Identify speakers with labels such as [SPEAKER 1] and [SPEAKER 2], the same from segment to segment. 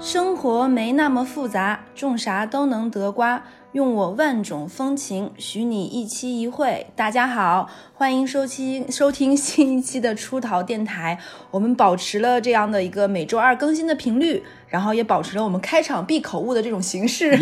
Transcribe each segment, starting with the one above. [SPEAKER 1] 生活没那么复杂，种啥都能得瓜。用我万种风情，许你一期一会。大家好，欢迎收听收听新一期的出逃电台。我们保持了这样的一个每周二更新的频率，然后也保持了我们开场必口误的这种形 式。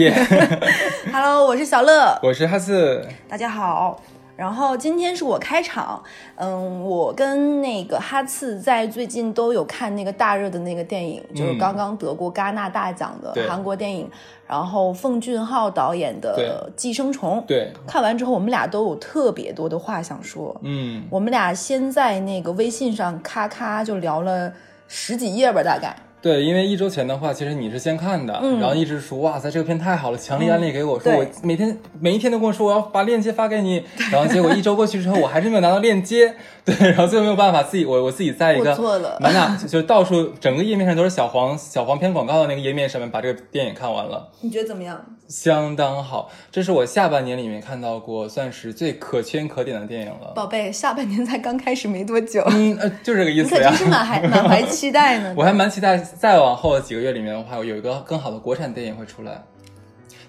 [SPEAKER 1] Hello，我是小乐，
[SPEAKER 2] 我是哈斯，
[SPEAKER 1] 大家好。然后今天是我开场，嗯，我跟那个哈次在最近都有看那个大热的那个电影，就是刚刚得过戛纳大奖的
[SPEAKER 2] 嗯对
[SPEAKER 1] 韩国电影，然后奉俊昊导演的
[SPEAKER 2] 对
[SPEAKER 1] 《寄生虫》。
[SPEAKER 2] 对，
[SPEAKER 1] 看完之后我们俩都有特别多的话想说，
[SPEAKER 2] 嗯，
[SPEAKER 1] 我们俩先在那个微信上咔咔就聊了十几页吧，大概。
[SPEAKER 2] 对，因为一周前的话，其实你是先看的，然后一直说哇塞，这个片太好了，强力安利给我，说
[SPEAKER 1] 嗯对
[SPEAKER 2] 我每天每一天都跟我说我要把链接发给你，然后结果一周过去之后，我还是没有拿到链接，对，然后最后没有办法，自己我我自己在一
[SPEAKER 1] 我
[SPEAKER 2] 个
[SPEAKER 1] 做了
[SPEAKER 2] 满哪就就到处整个页面上都是小黄小黄片广告的那个页面上面把这个电影看完了。
[SPEAKER 1] 你觉得怎么样？
[SPEAKER 2] 相当好，这是我下半年里面看到过算是最可圈可点的电影了。
[SPEAKER 1] 宝贝，下半年才刚开始没多久，
[SPEAKER 2] 嗯，呃，就是这个意
[SPEAKER 1] 你可
[SPEAKER 2] 思呀
[SPEAKER 1] 真。是 满怀满怀期待呢。
[SPEAKER 2] 我还蛮期待再往后几个月里面的话，有一个更好的国产电影会出来。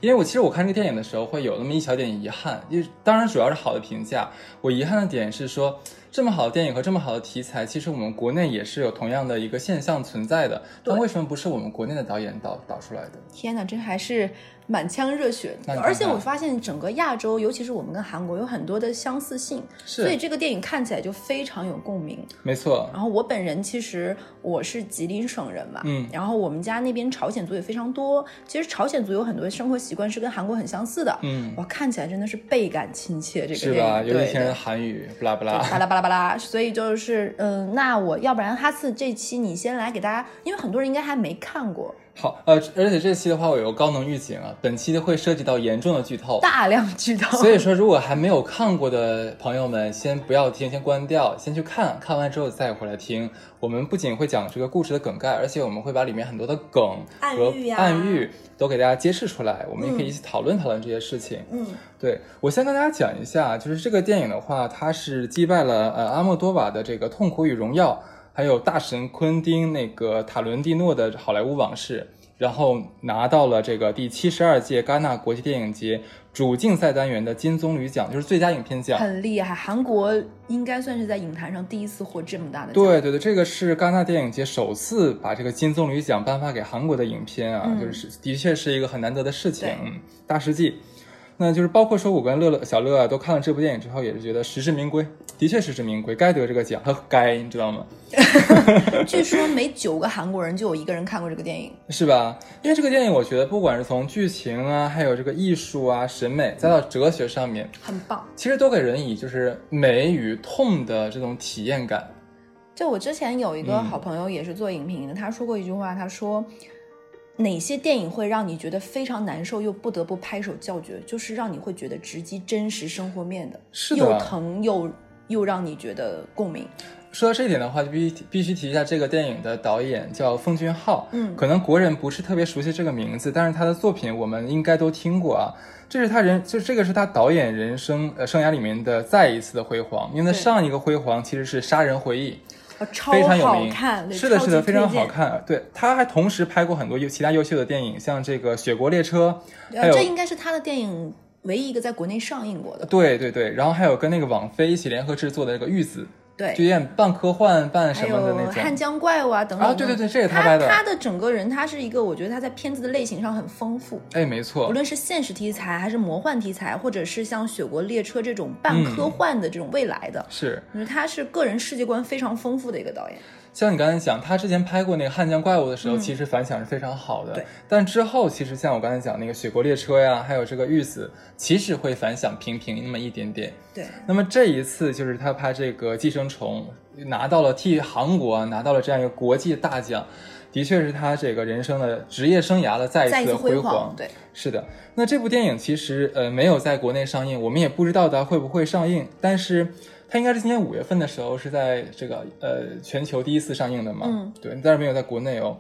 [SPEAKER 2] 因为我其实我看这个电影的时候，会有那么一小点遗憾，因为当然主要是好的评价。我遗憾的点是说，这么好的电影和这么好的题材，其实我们国内也是有同样的一个现象存在的，但为什么不是我们国内的导演导导出来的？
[SPEAKER 1] 天哪，这还是满腔热血的，
[SPEAKER 2] 那你
[SPEAKER 1] 而
[SPEAKER 2] 看
[SPEAKER 1] 且
[SPEAKER 2] 看
[SPEAKER 1] 我发现整个亚洲，尤其是我们跟韩国有很多的相似性，所以
[SPEAKER 2] 是，
[SPEAKER 1] 这个电影看起来就非常有共鸣。
[SPEAKER 2] 没错，
[SPEAKER 1] 然后我本人其实我是吉林省人嘛，
[SPEAKER 2] 嗯
[SPEAKER 1] 然后我们家那边朝鲜族也非常多，其实朝鲜族有很多生活习惯是跟韩国很相似的，
[SPEAKER 2] 嗯，
[SPEAKER 1] 哇，看起来真的是倍感亲切，这
[SPEAKER 2] 是
[SPEAKER 1] 个
[SPEAKER 2] 吧？
[SPEAKER 1] 电影
[SPEAKER 2] 尤其啊
[SPEAKER 1] 对
[SPEAKER 2] 听人
[SPEAKER 1] 对。
[SPEAKER 2] 韩语，不拉不
[SPEAKER 1] 对
[SPEAKER 2] 拉。
[SPEAKER 1] 巴拉巴拉巴拉，所以就是，嗯，那我要不然哈次这期你先来给大家，因为很多人应该还没看过，
[SPEAKER 2] 好，呃，而且这期的话，我有个高能预警啊，本期会涉及到严重的剧透，
[SPEAKER 1] 大量剧透，
[SPEAKER 2] 所以说，如果还没有看过的朋友们，先不要听，先关掉，先去看看完之后再回来听。我们不仅会讲这个故事的梗概，而且我们会把里面很多的梗
[SPEAKER 1] 暗
[SPEAKER 2] 和
[SPEAKER 1] 喻呀啊
[SPEAKER 2] 暗喻都给大家揭示出来，我们也可以一起讨论讨论这些事情。
[SPEAKER 1] 嗯，
[SPEAKER 2] 对我先跟大家讲一下，就是这个电影的话，它是击败了呃阿莫多瓦的这个《痛苦与荣耀》，还有大神昆汀那个塔伦蒂诺的《好莱坞往事》，然后拿到了这个第七十二届戛纳国际电影节主竞赛单元的金棕榈奖，就是最佳影片奖。
[SPEAKER 1] 很厉害，韩国应该算是在影坛上第一次获这么大的奖。
[SPEAKER 2] 对对对，这个是戛纳电影节首次把这个金棕榈奖颁发给韩国的影片啊，
[SPEAKER 1] 嗯
[SPEAKER 2] 就是的确是一个很难得的事情
[SPEAKER 1] 对，
[SPEAKER 2] 嗯大事记。那就是包括说，我跟乐乐、小乐啊，都看了这部电影之后，也是觉得实至名归，的确实至名归，该得这个奖，呵该，你知道吗？
[SPEAKER 1] 据说每九个韩国人就有一个人看过这个电影。
[SPEAKER 2] 是吧？因为这个电影，我觉得不管是从剧情啊，还有这个艺术啊、审美，再到哲学上面，
[SPEAKER 1] 很棒，
[SPEAKER 2] 其实都给人以就是美与痛的这种体验感。
[SPEAKER 1] 就我之前有一
[SPEAKER 2] 嗯
[SPEAKER 1] 个好朋友也是做影评的，他说过一句话，他说哪些电影会让你觉得非常难受又不得不拍手叫绝，就是让你会觉得直击真实生活面的，
[SPEAKER 2] 是的
[SPEAKER 1] 又疼又又让你觉得共鸣。
[SPEAKER 2] 说到这一点的话，就必须必须提一下这个电影的导演叫奉俊昊。
[SPEAKER 1] 嗯
[SPEAKER 2] 可能国人不是特别熟悉这个名字，但是他的作品我们应该都听过啊。这是他人，就这个是他导演人生呃生涯里面的再一次的辉煌，因为他
[SPEAKER 1] 对
[SPEAKER 2] 上一个辉煌其实是《杀人回忆》。
[SPEAKER 1] 啊超
[SPEAKER 2] 非常有
[SPEAKER 1] 好
[SPEAKER 2] 名，
[SPEAKER 1] 看，对
[SPEAKER 2] 是的，
[SPEAKER 1] 超
[SPEAKER 2] 是的，
[SPEAKER 1] 级
[SPEAKER 2] 非常
[SPEAKER 1] 推荐
[SPEAKER 2] 好看。啊对，他还同时拍过很多优其他优秀的电影，像这个《雪国列车》，还
[SPEAKER 1] 呃，
[SPEAKER 2] 有
[SPEAKER 1] 这应该是他的电影唯一一个在国内上映过的。
[SPEAKER 2] 对对对，然后还有跟那个网飞一起联合制作的这个《玉子》，
[SPEAKER 1] 对，
[SPEAKER 2] 就有点半科幻
[SPEAKER 1] 还
[SPEAKER 2] 半什么的那
[SPEAKER 1] 有
[SPEAKER 2] 种。
[SPEAKER 1] 汉江怪物啊等等。
[SPEAKER 2] 啊对对对这个
[SPEAKER 1] 他
[SPEAKER 2] 他拍的
[SPEAKER 1] 他的整个人，他是一个，我觉得他在片子的类型上很丰富，
[SPEAKER 2] 哎，没
[SPEAKER 1] 无
[SPEAKER 2] 错，
[SPEAKER 1] 论是现实题材，还是魔幻题材，或者是像《雪国列车》这种半
[SPEAKER 2] 嗯
[SPEAKER 1] 科幻的这种未来的，
[SPEAKER 2] 是。
[SPEAKER 1] 我觉得他是个人世界观非常丰富的一个导演。
[SPEAKER 2] 像你刚才讲，他之前拍过那个《汉江怪物》的时候，其实反响是非常好的。
[SPEAKER 1] 嗯对。
[SPEAKER 2] 但之后，其实像我刚才讲那个《雪国列车》呀，还有这个《玉子》，其实会反响平平那么一点点。
[SPEAKER 1] 对，
[SPEAKER 2] 那么这一次就是他拍这个《寄生虫》，拿到了替韩国啊拿到了这样一个国际大奖，的确是他这个人生的职业生涯的再
[SPEAKER 1] 再
[SPEAKER 2] 一
[SPEAKER 1] 一
[SPEAKER 2] 次
[SPEAKER 1] 次
[SPEAKER 2] 的辉
[SPEAKER 1] 煌，对，
[SPEAKER 2] 是的，那这部电影其实呃没有在国内上映，我们也不知道它会不会上映，但是它应该是今年五月份的时候是在这个呃全球第一次上映的嘛，
[SPEAKER 1] 嗯，
[SPEAKER 2] 对，但是没有在国内哦。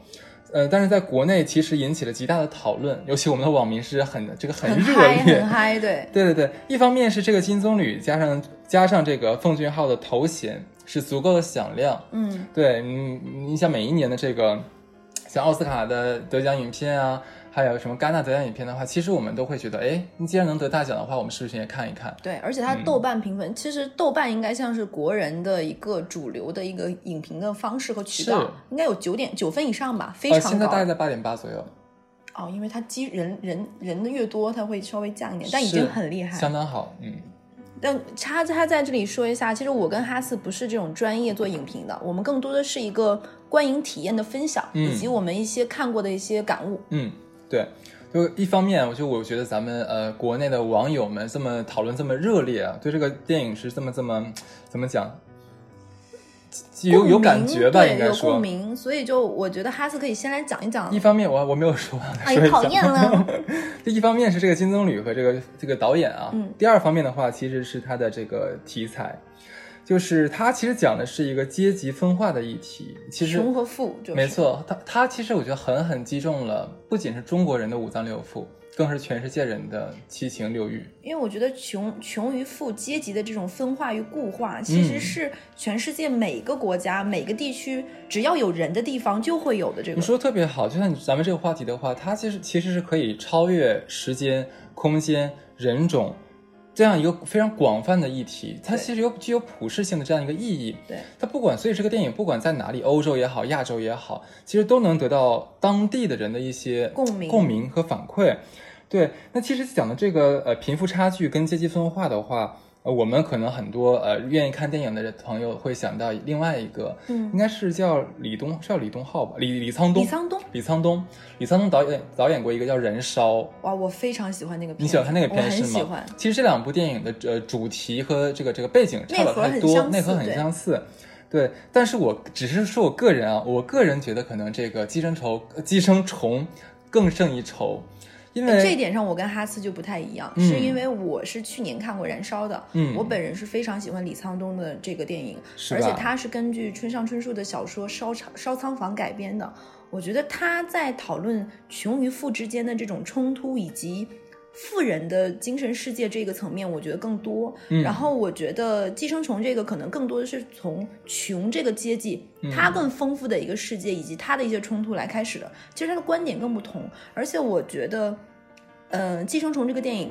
[SPEAKER 2] 呃，但是在国内其实引起了极大的讨论，尤其我们的网民是很这个很
[SPEAKER 1] 很
[SPEAKER 2] 热
[SPEAKER 1] 嗨，
[SPEAKER 2] 烈
[SPEAKER 1] 很，嗨，对，
[SPEAKER 2] 对对对，一方面是这个金棕榈加上加上这个奉俊昊的头衔是足够的响亮，
[SPEAKER 1] 嗯，
[SPEAKER 2] 对，你你想每一年的这个像奥斯卡的得奖影片啊，还有什么戛纳得奖影片的话，其实我们都会觉得，哎，你既然能得大奖的话，我们是不是也看一看？
[SPEAKER 1] 对，而且
[SPEAKER 2] 嗯
[SPEAKER 1] 它豆瓣评分，其实豆瓣应该像是国人的一个主流的一个影评的方式和渠道
[SPEAKER 2] 是，
[SPEAKER 1] 应该有九点九分以上吧，非
[SPEAKER 2] 呃，
[SPEAKER 1] 常
[SPEAKER 2] 现在
[SPEAKER 1] 高
[SPEAKER 2] 大概在八点八左右，
[SPEAKER 1] 哦，因为它基人人人的越多，它会稍微降一点，但已
[SPEAKER 2] 是
[SPEAKER 1] 经很厉害。
[SPEAKER 2] 相当好，嗯，
[SPEAKER 1] 但插插在这里说一下，其实我跟哈斯不是这种专业做影评的，我们更多的是一个观影体验的分享，
[SPEAKER 2] 嗯
[SPEAKER 1] 以及我们一些看过的一些感悟。
[SPEAKER 2] 嗯，对，就一方面，我就我觉得咱们呃国内的网友们这么讨论这么热烈啊，对这个电影是这么这么怎么讲，有有感觉吧？
[SPEAKER 1] 共鸣
[SPEAKER 2] 应
[SPEAKER 1] 对，
[SPEAKER 2] 该
[SPEAKER 1] 有共
[SPEAKER 2] 说，
[SPEAKER 1] 鸣。所以就我觉得哈斯可以先来讲一讲
[SPEAKER 2] 一。 方面我我没有说完，
[SPEAKER 1] 哎
[SPEAKER 2] 说一，下
[SPEAKER 1] 讨厌 了！
[SPEAKER 2] 这一方面是这个金棕榈和这个这个导演啊，
[SPEAKER 1] 嗯
[SPEAKER 2] 第二方面的话其实是它的这个题材，就是它其实讲的是一个阶级分化的议题，其实
[SPEAKER 1] 穷和富就是
[SPEAKER 2] 没，错，它它其实我觉得狠狠击中了不仅是中国人的五脏六腑，更是全世界人的七情六欲。
[SPEAKER 1] 因为我觉得穷穷与富阶级的这种分化与固化，其实
[SPEAKER 2] 嗯
[SPEAKER 1] 是全世界每个国家、每个地区，只要有人的地方就会有的这个。
[SPEAKER 2] 你说得特别好，就像咱们这个话题的话，它其实其实是可以超越时间、空间、人种这样一个非常广泛的议题，它
[SPEAKER 1] 对
[SPEAKER 2] 其实有具有普世性的这样一个意义。
[SPEAKER 1] 对，
[SPEAKER 2] 它不管，所以这个电影不管在哪里，欧洲也好，亚洲也好，其实都能得到当地的人的一些
[SPEAKER 1] 共鸣
[SPEAKER 2] 共鸣和反馈。对，那其实讲的这个呃贫富差距跟阶级分化的话，呃，我们可能很多呃愿意看电影的朋友会想到另外一个，
[SPEAKER 1] 嗯
[SPEAKER 2] 应该是叫李东，是叫李东浩吧？李李沧东，
[SPEAKER 1] 李沧东，
[SPEAKER 2] 李沧东，李沧东导演导演过一个叫《燃烧》，
[SPEAKER 1] 哇，我非常喜欢那个片子，
[SPEAKER 2] 你喜欢看那个片
[SPEAKER 1] 我
[SPEAKER 2] 是
[SPEAKER 1] 很
[SPEAKER 2] 吗？
[SPEAKER 1] 喜欢。
[SPEAKER 2] 其实这两部电影的呃主题和这个这个背景差不了太
[SPEAKER 1] 内核
[SPEAKER 2] 多，
[SPEAKER 1] 很相似
[SPEAKER 2] 内核很
[SPEAKER 1] 对
[SPEAKER 2] 相似。对，但是我只是说我个人啊，我个人觉得可能这个寄生虫寄生虫更胜一筹，因为
[SPEAKER 1] 哎这一点上，我跟哈斯就不太一样，
[SPEAKER 2] 嗯
[SPEAKER 1] 是因为我是去年看过《燃烧》的，
[SPEAKER 2] 嗯
[SPEAKER 1] 我本人是非常喜欢李沧东的这个电影，
[SPEAKER 2] 是
[SPEAKER 1] 而
[SPEAKER 2] 吧
[SPEAKER 1] 且它是根据村上春树的小说《烧仓烧仓房》改编的。我觉得他在讨论穷与富之间的这种冲突，以及富人的精神世界这个层面，我觉得更多。
[SPEAKER 2] 嗯
[SPEAKER 1] 然后我觉得《寄生虫》这个可能更多的是从穷这个阶级，
[SPEAKER 2] 嗯
[SPEAKER 1] 它更丰富的一个世界以及它的一些冲突来开始的。其实它的观点更不同，而且我觉得，呃，《寄生虫》这个电影，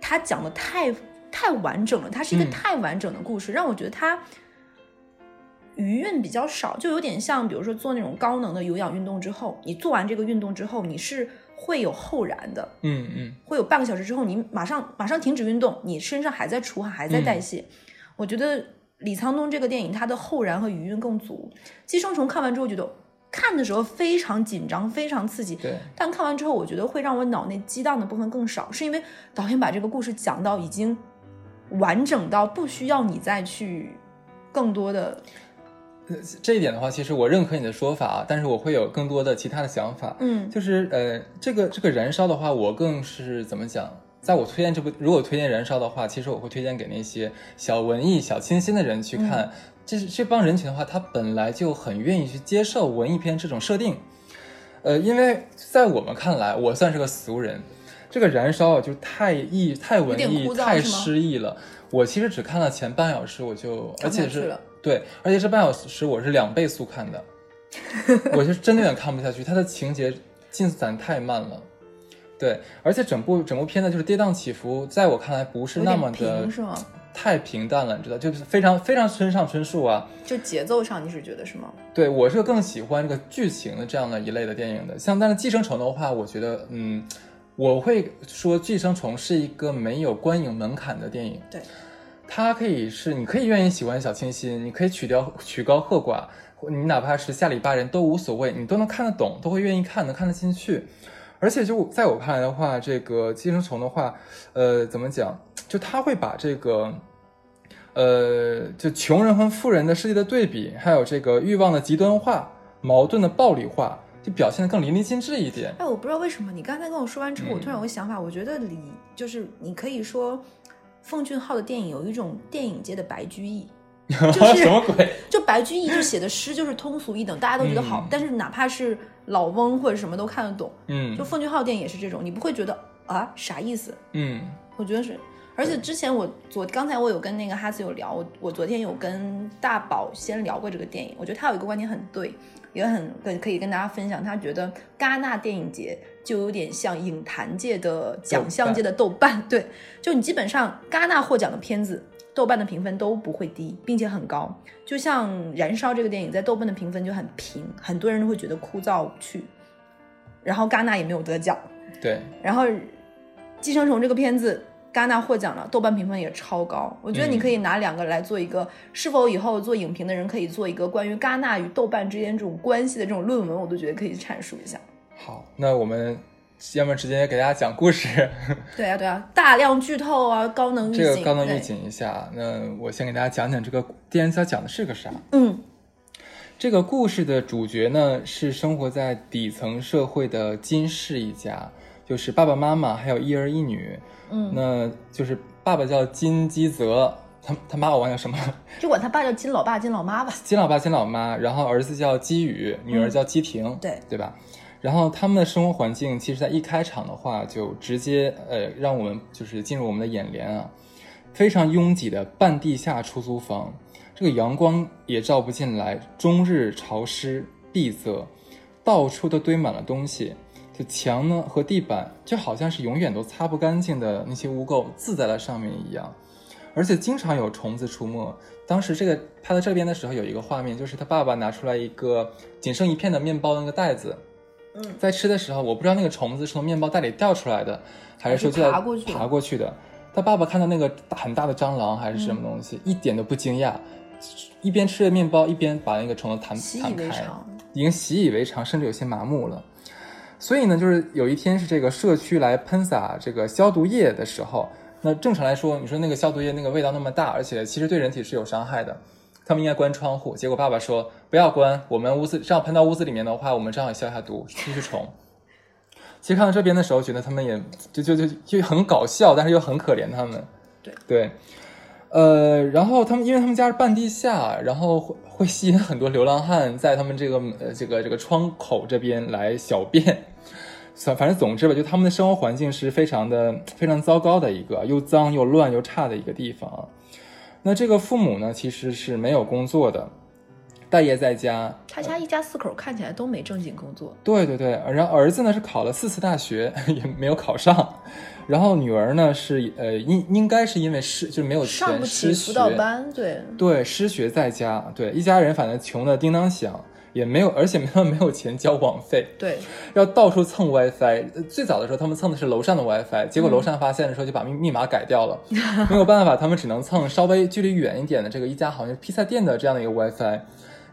[SPEAKER 1] 它讲的太太完整了，它是一个
[SPEAKER 2] 嗯
[SPEAKER 1] 太完整的故事，让我觉得它余韵比较少，就有点像比如说做那种高能的有氧运动之后，你做完这个运动之后，你是会有后燃的，
[SPEAKER 2] 嗯嗯
[SPEAKER 1] 会有半个小时之后，你马上马上停止运动，你身上还在出汗，还在代谢。我觉得李沧东这个电影，它的后燃和余韵更足。《寄生虫》看完之后，觉得看的时候非常紧张，非常刺激。
[SPEAKER 2] 对，
[SPEAKER 1] 但看完之后，我觉得会让我脑内激荡的部分更少，是因为导演把这个故事讲到已经完整到不需要你再去更多的，
[SPEAKER 2] 呃这一点的话，其实我认可你的说法啊，但是我会有更多的其他的想法。
[SPEAKER 1] 嗯
[SPEAKER 2] 就是呃，这个这个燃烧的话，我更是怎么讲？在我推荐这部，如果推荐燃烧的话，其实我会推荐给那些小文艺、小清新的人
[SPEAKER 1] 嗯
[SPEAKER 2] 去看。这是这帮人群的话，他本来就很愿意去接受文艺片这种设定。呃，因为在我们看来，我算是个俗人，这个燃烧啊，就太艺、太文
[SPEAKER 1] 有点
[SPEAKER 2] 艺
[SPEAKER 1] 枯、燥
[SPEAKER 2] 太
[SPEAKER 1] 是吗
[SPEAKER 2] 诗意了。我其实只看了前半小时，我就
[SPEAKER 1] 看
[SPEAKER 2] 而
[SPEAKER 1] 不下
[SPEAKER 2] 且
[SPEAKER 1] 去
[SPEAKER 2] 是
[SPEAKER 1] 了。
[SPEAKER 2] 对，而且这半小时我是两倍速看 的，我是真的有点看不下去，它的情节进展太慢了。对，而且整部整部片子就是跌宕起伏，在我看来不是
[SPEAKER 1] 有
[SPEAKER 2] 那
[SPEAKER 1] 点
[SPEAKER 2] 么的
[SPEAKER 1] 平是吗？
[SPEAKER 2] 太平淡了，你知道，就是非常非常村上春树啊。
[SPEAKER 1] 就节奏上，你是觉得是吗？
[SPEAKER 2] 对我是更喜欢这个剧情的这样的一类的电影的，像但是《寄生虫》的话，我觉得嗯，我会说《寄生虫》是一个没有观影门槛的电影。
[SPEAKER 1] 对，
[SPEAKER 2] 它可以是，你可以愿意喜欢小清新，你可以曲调曲高和寡，或你哪怕是下里巴人都无所谓，你都能看得懂，都会愿意看，能看得进去。而且就在我看来的话，这个《寄生虫》的话，呃，怎么讲？就他会把这个，呃，就穷人和富人的世界的对比，还有这个欲望的极端化、矛盾的暴力化，就表现得更淋漓尽致一点。
[SPEAKER 1] 哎，我不知道为什么你刚才跟我说完之后，我突然
[SPEAKER 2] 嗯
[SPEAKER 1] 有个想法，我觉得李就是你可以说，奉俊昊的电影有一种电影界的白居 易，就是
[SPEAKER 2] 什么鬼？
[SPEAKER 1] 就白居易就写的诗就是通俗易懂，大家都觉得好，
[SPEAKER 2] 嗯
[SPEAKER 1] 但是哪怕是老翁或者什么都看得懂。
[SPEAKER 2] 嗯
[SPEAKER 1] 就奉俊昊电影也是这种，你不会觉得啊啥意思？
[SPEAKER 2] 嗯
[SPEAKER 1] 我觉得是，而且之前我昨刚才我有跟那个哈斯有聊，我我昨天有跟大宝先聊过这个电影，我觉得他有一个观点很对，也很跟可以跟大家分享，他觉得戛纳电影节就有点像影坛界的奖项界的豆瓣， 对，就你基本上戛纳获奖的片子，豆瓣的评分都不会低，并且很高。就像《燃烧》这个电影在豆瓣的评分就很平，很多人都会觉得枯燥无趣，然后戛纳也没有得奖，
[SPEAKER 2] 对，
[SPEAKER 1] 然后《寄生虫》这个片子，戛纳获奖了，豆瓣评分也超高。我
[SPEAKER 2] 嗯
[SPEAKER 1] 觉得你可以拿两个来做一个，是否以后做影评的人可以做一个关于戛纳与豆瓣之间这种关系的这种论文，我都觉得可以阐述一下。
[SPEAKER 2] 好，那我们要么直接给大家讲故事，
[SPEAKER 1] 对啊，对啊，大量剧透啊，高能预
[SPEAKER 2] 这
[SPEAKER 1] 警，
[SPEAKER 2] 个高能预
[SPEAKER 1] 对，
[SPEAKER 2] 警一下。啊那我先给大家讲讲这个电影它讲的是个啥。
[SPEAKER 1] 嗯
[SPEAKER 2] 这个故事的主角呢，是生活在底层社会的金氏一家，就是爸爸妈妈还有一儿一女。
[SPEAKER 1] 嗯，
[SPEAKER 2] 那就是爸爸叫金基泽，他他妈我忘叫什么了，
[SPEAKER 1] 就管他爸叫金老爸、金老妈吧。
[SPEAKER 2] 金老爸、金老妈，然后儿子叫基宇，女儿叫基婷，
[SPEAKER 1] 嗯对
[SPEAKER 2] 对吧？然后他们的生活环境，其实在一开场的话，就直接呃让我们就是进入我们的眼帘啊，非常拥挤的半地下出租房，这个阳光也照不进来，终日潮湿闭塞，到处都堆满了东西，就墙呢和地板就好像是永远都擦不干净的那些污垢渍在了上面一样，而且经常有虫子出没。当时这个拍到这边的时候，有一个画面，就是他爸爸拿出来一个仅剩一片的面包的那个袋子，
[SPEAKER 1] 嗯，
[SPEAKER 2] 在吃的时候，我不知道那个虫子是从面包袋里掉出来的，还是说就在
[SPEAKER 1] 还是爬过去的
[SPEAKER 2] 爬过去的。他爸爸看到那个大很大的蟑螂还是什么东西，一点都不惊讶，一边吃着面包，一边把那个虫子弹
[SPEAKER 1] 习以
[SPEAKER 2] 弹开。
[SPEAKER 1] 为常，
[SPEAKER 2] 已经习以为常，甚至有些麻木了。所以呢，就是有一天是这个社区来喷洒这个消毒液的时候，那正常来说，你说那个消毒液那个味道那么大，而且其实对人体是有伤害的，他们应该关窗户。结果爸爸说不要关，我们屋子这样喷到屋子里面的话，我们这样也消一下毒，驱驱虫。其实看到这边的时候，觉得他们也就就就就很搞笑，但是又很可怜他们。
[SPEAKER 1] 对
[SPEAKER 2] 对，呃，然后他们因为他们家是半地下，然后会会吸引很多流浪汉在他们这个呃这个这个窗口这边来小便。反反正总之吧，就他们的生活环境是非常的非常糟糕的一个，又脏又乱又差的一个地方。那这个父母呢，其实是没有工作的，待业在家，
[SPEAKER 1] 他家一家四口看起来都没正经工作，
[SPEAKER 2] 对对对，然后儿子呢是考了四次大学也没有考上，然后女儿呢是呃应应该是因为失就是没有
[SPEAKER 1] 上
[SPEAKER 2] 钱
[SPEAKER 1] 不
[SPEAKER 2] 失
[SPEAKER 1] 起
[SPEAKER 2] 学
[SPEAKER 1] 辅，导班，对，
[SPEAKER 2] 对失学在家，对一家人反正穷的叮当响，也没有而且他们没有 钱交网费，
[SPEAKER 1] 对，
[SPEAKER 2] 要到处蹭 WiFi。呃最早的时候，他们蹭的是楼上的 WiFi，结果楼上发现的时候就把密密码改掉了，没有办法，他们只能蹭稍微距离远一点的这个一家好像是披萨店的这样的一个 WiFi。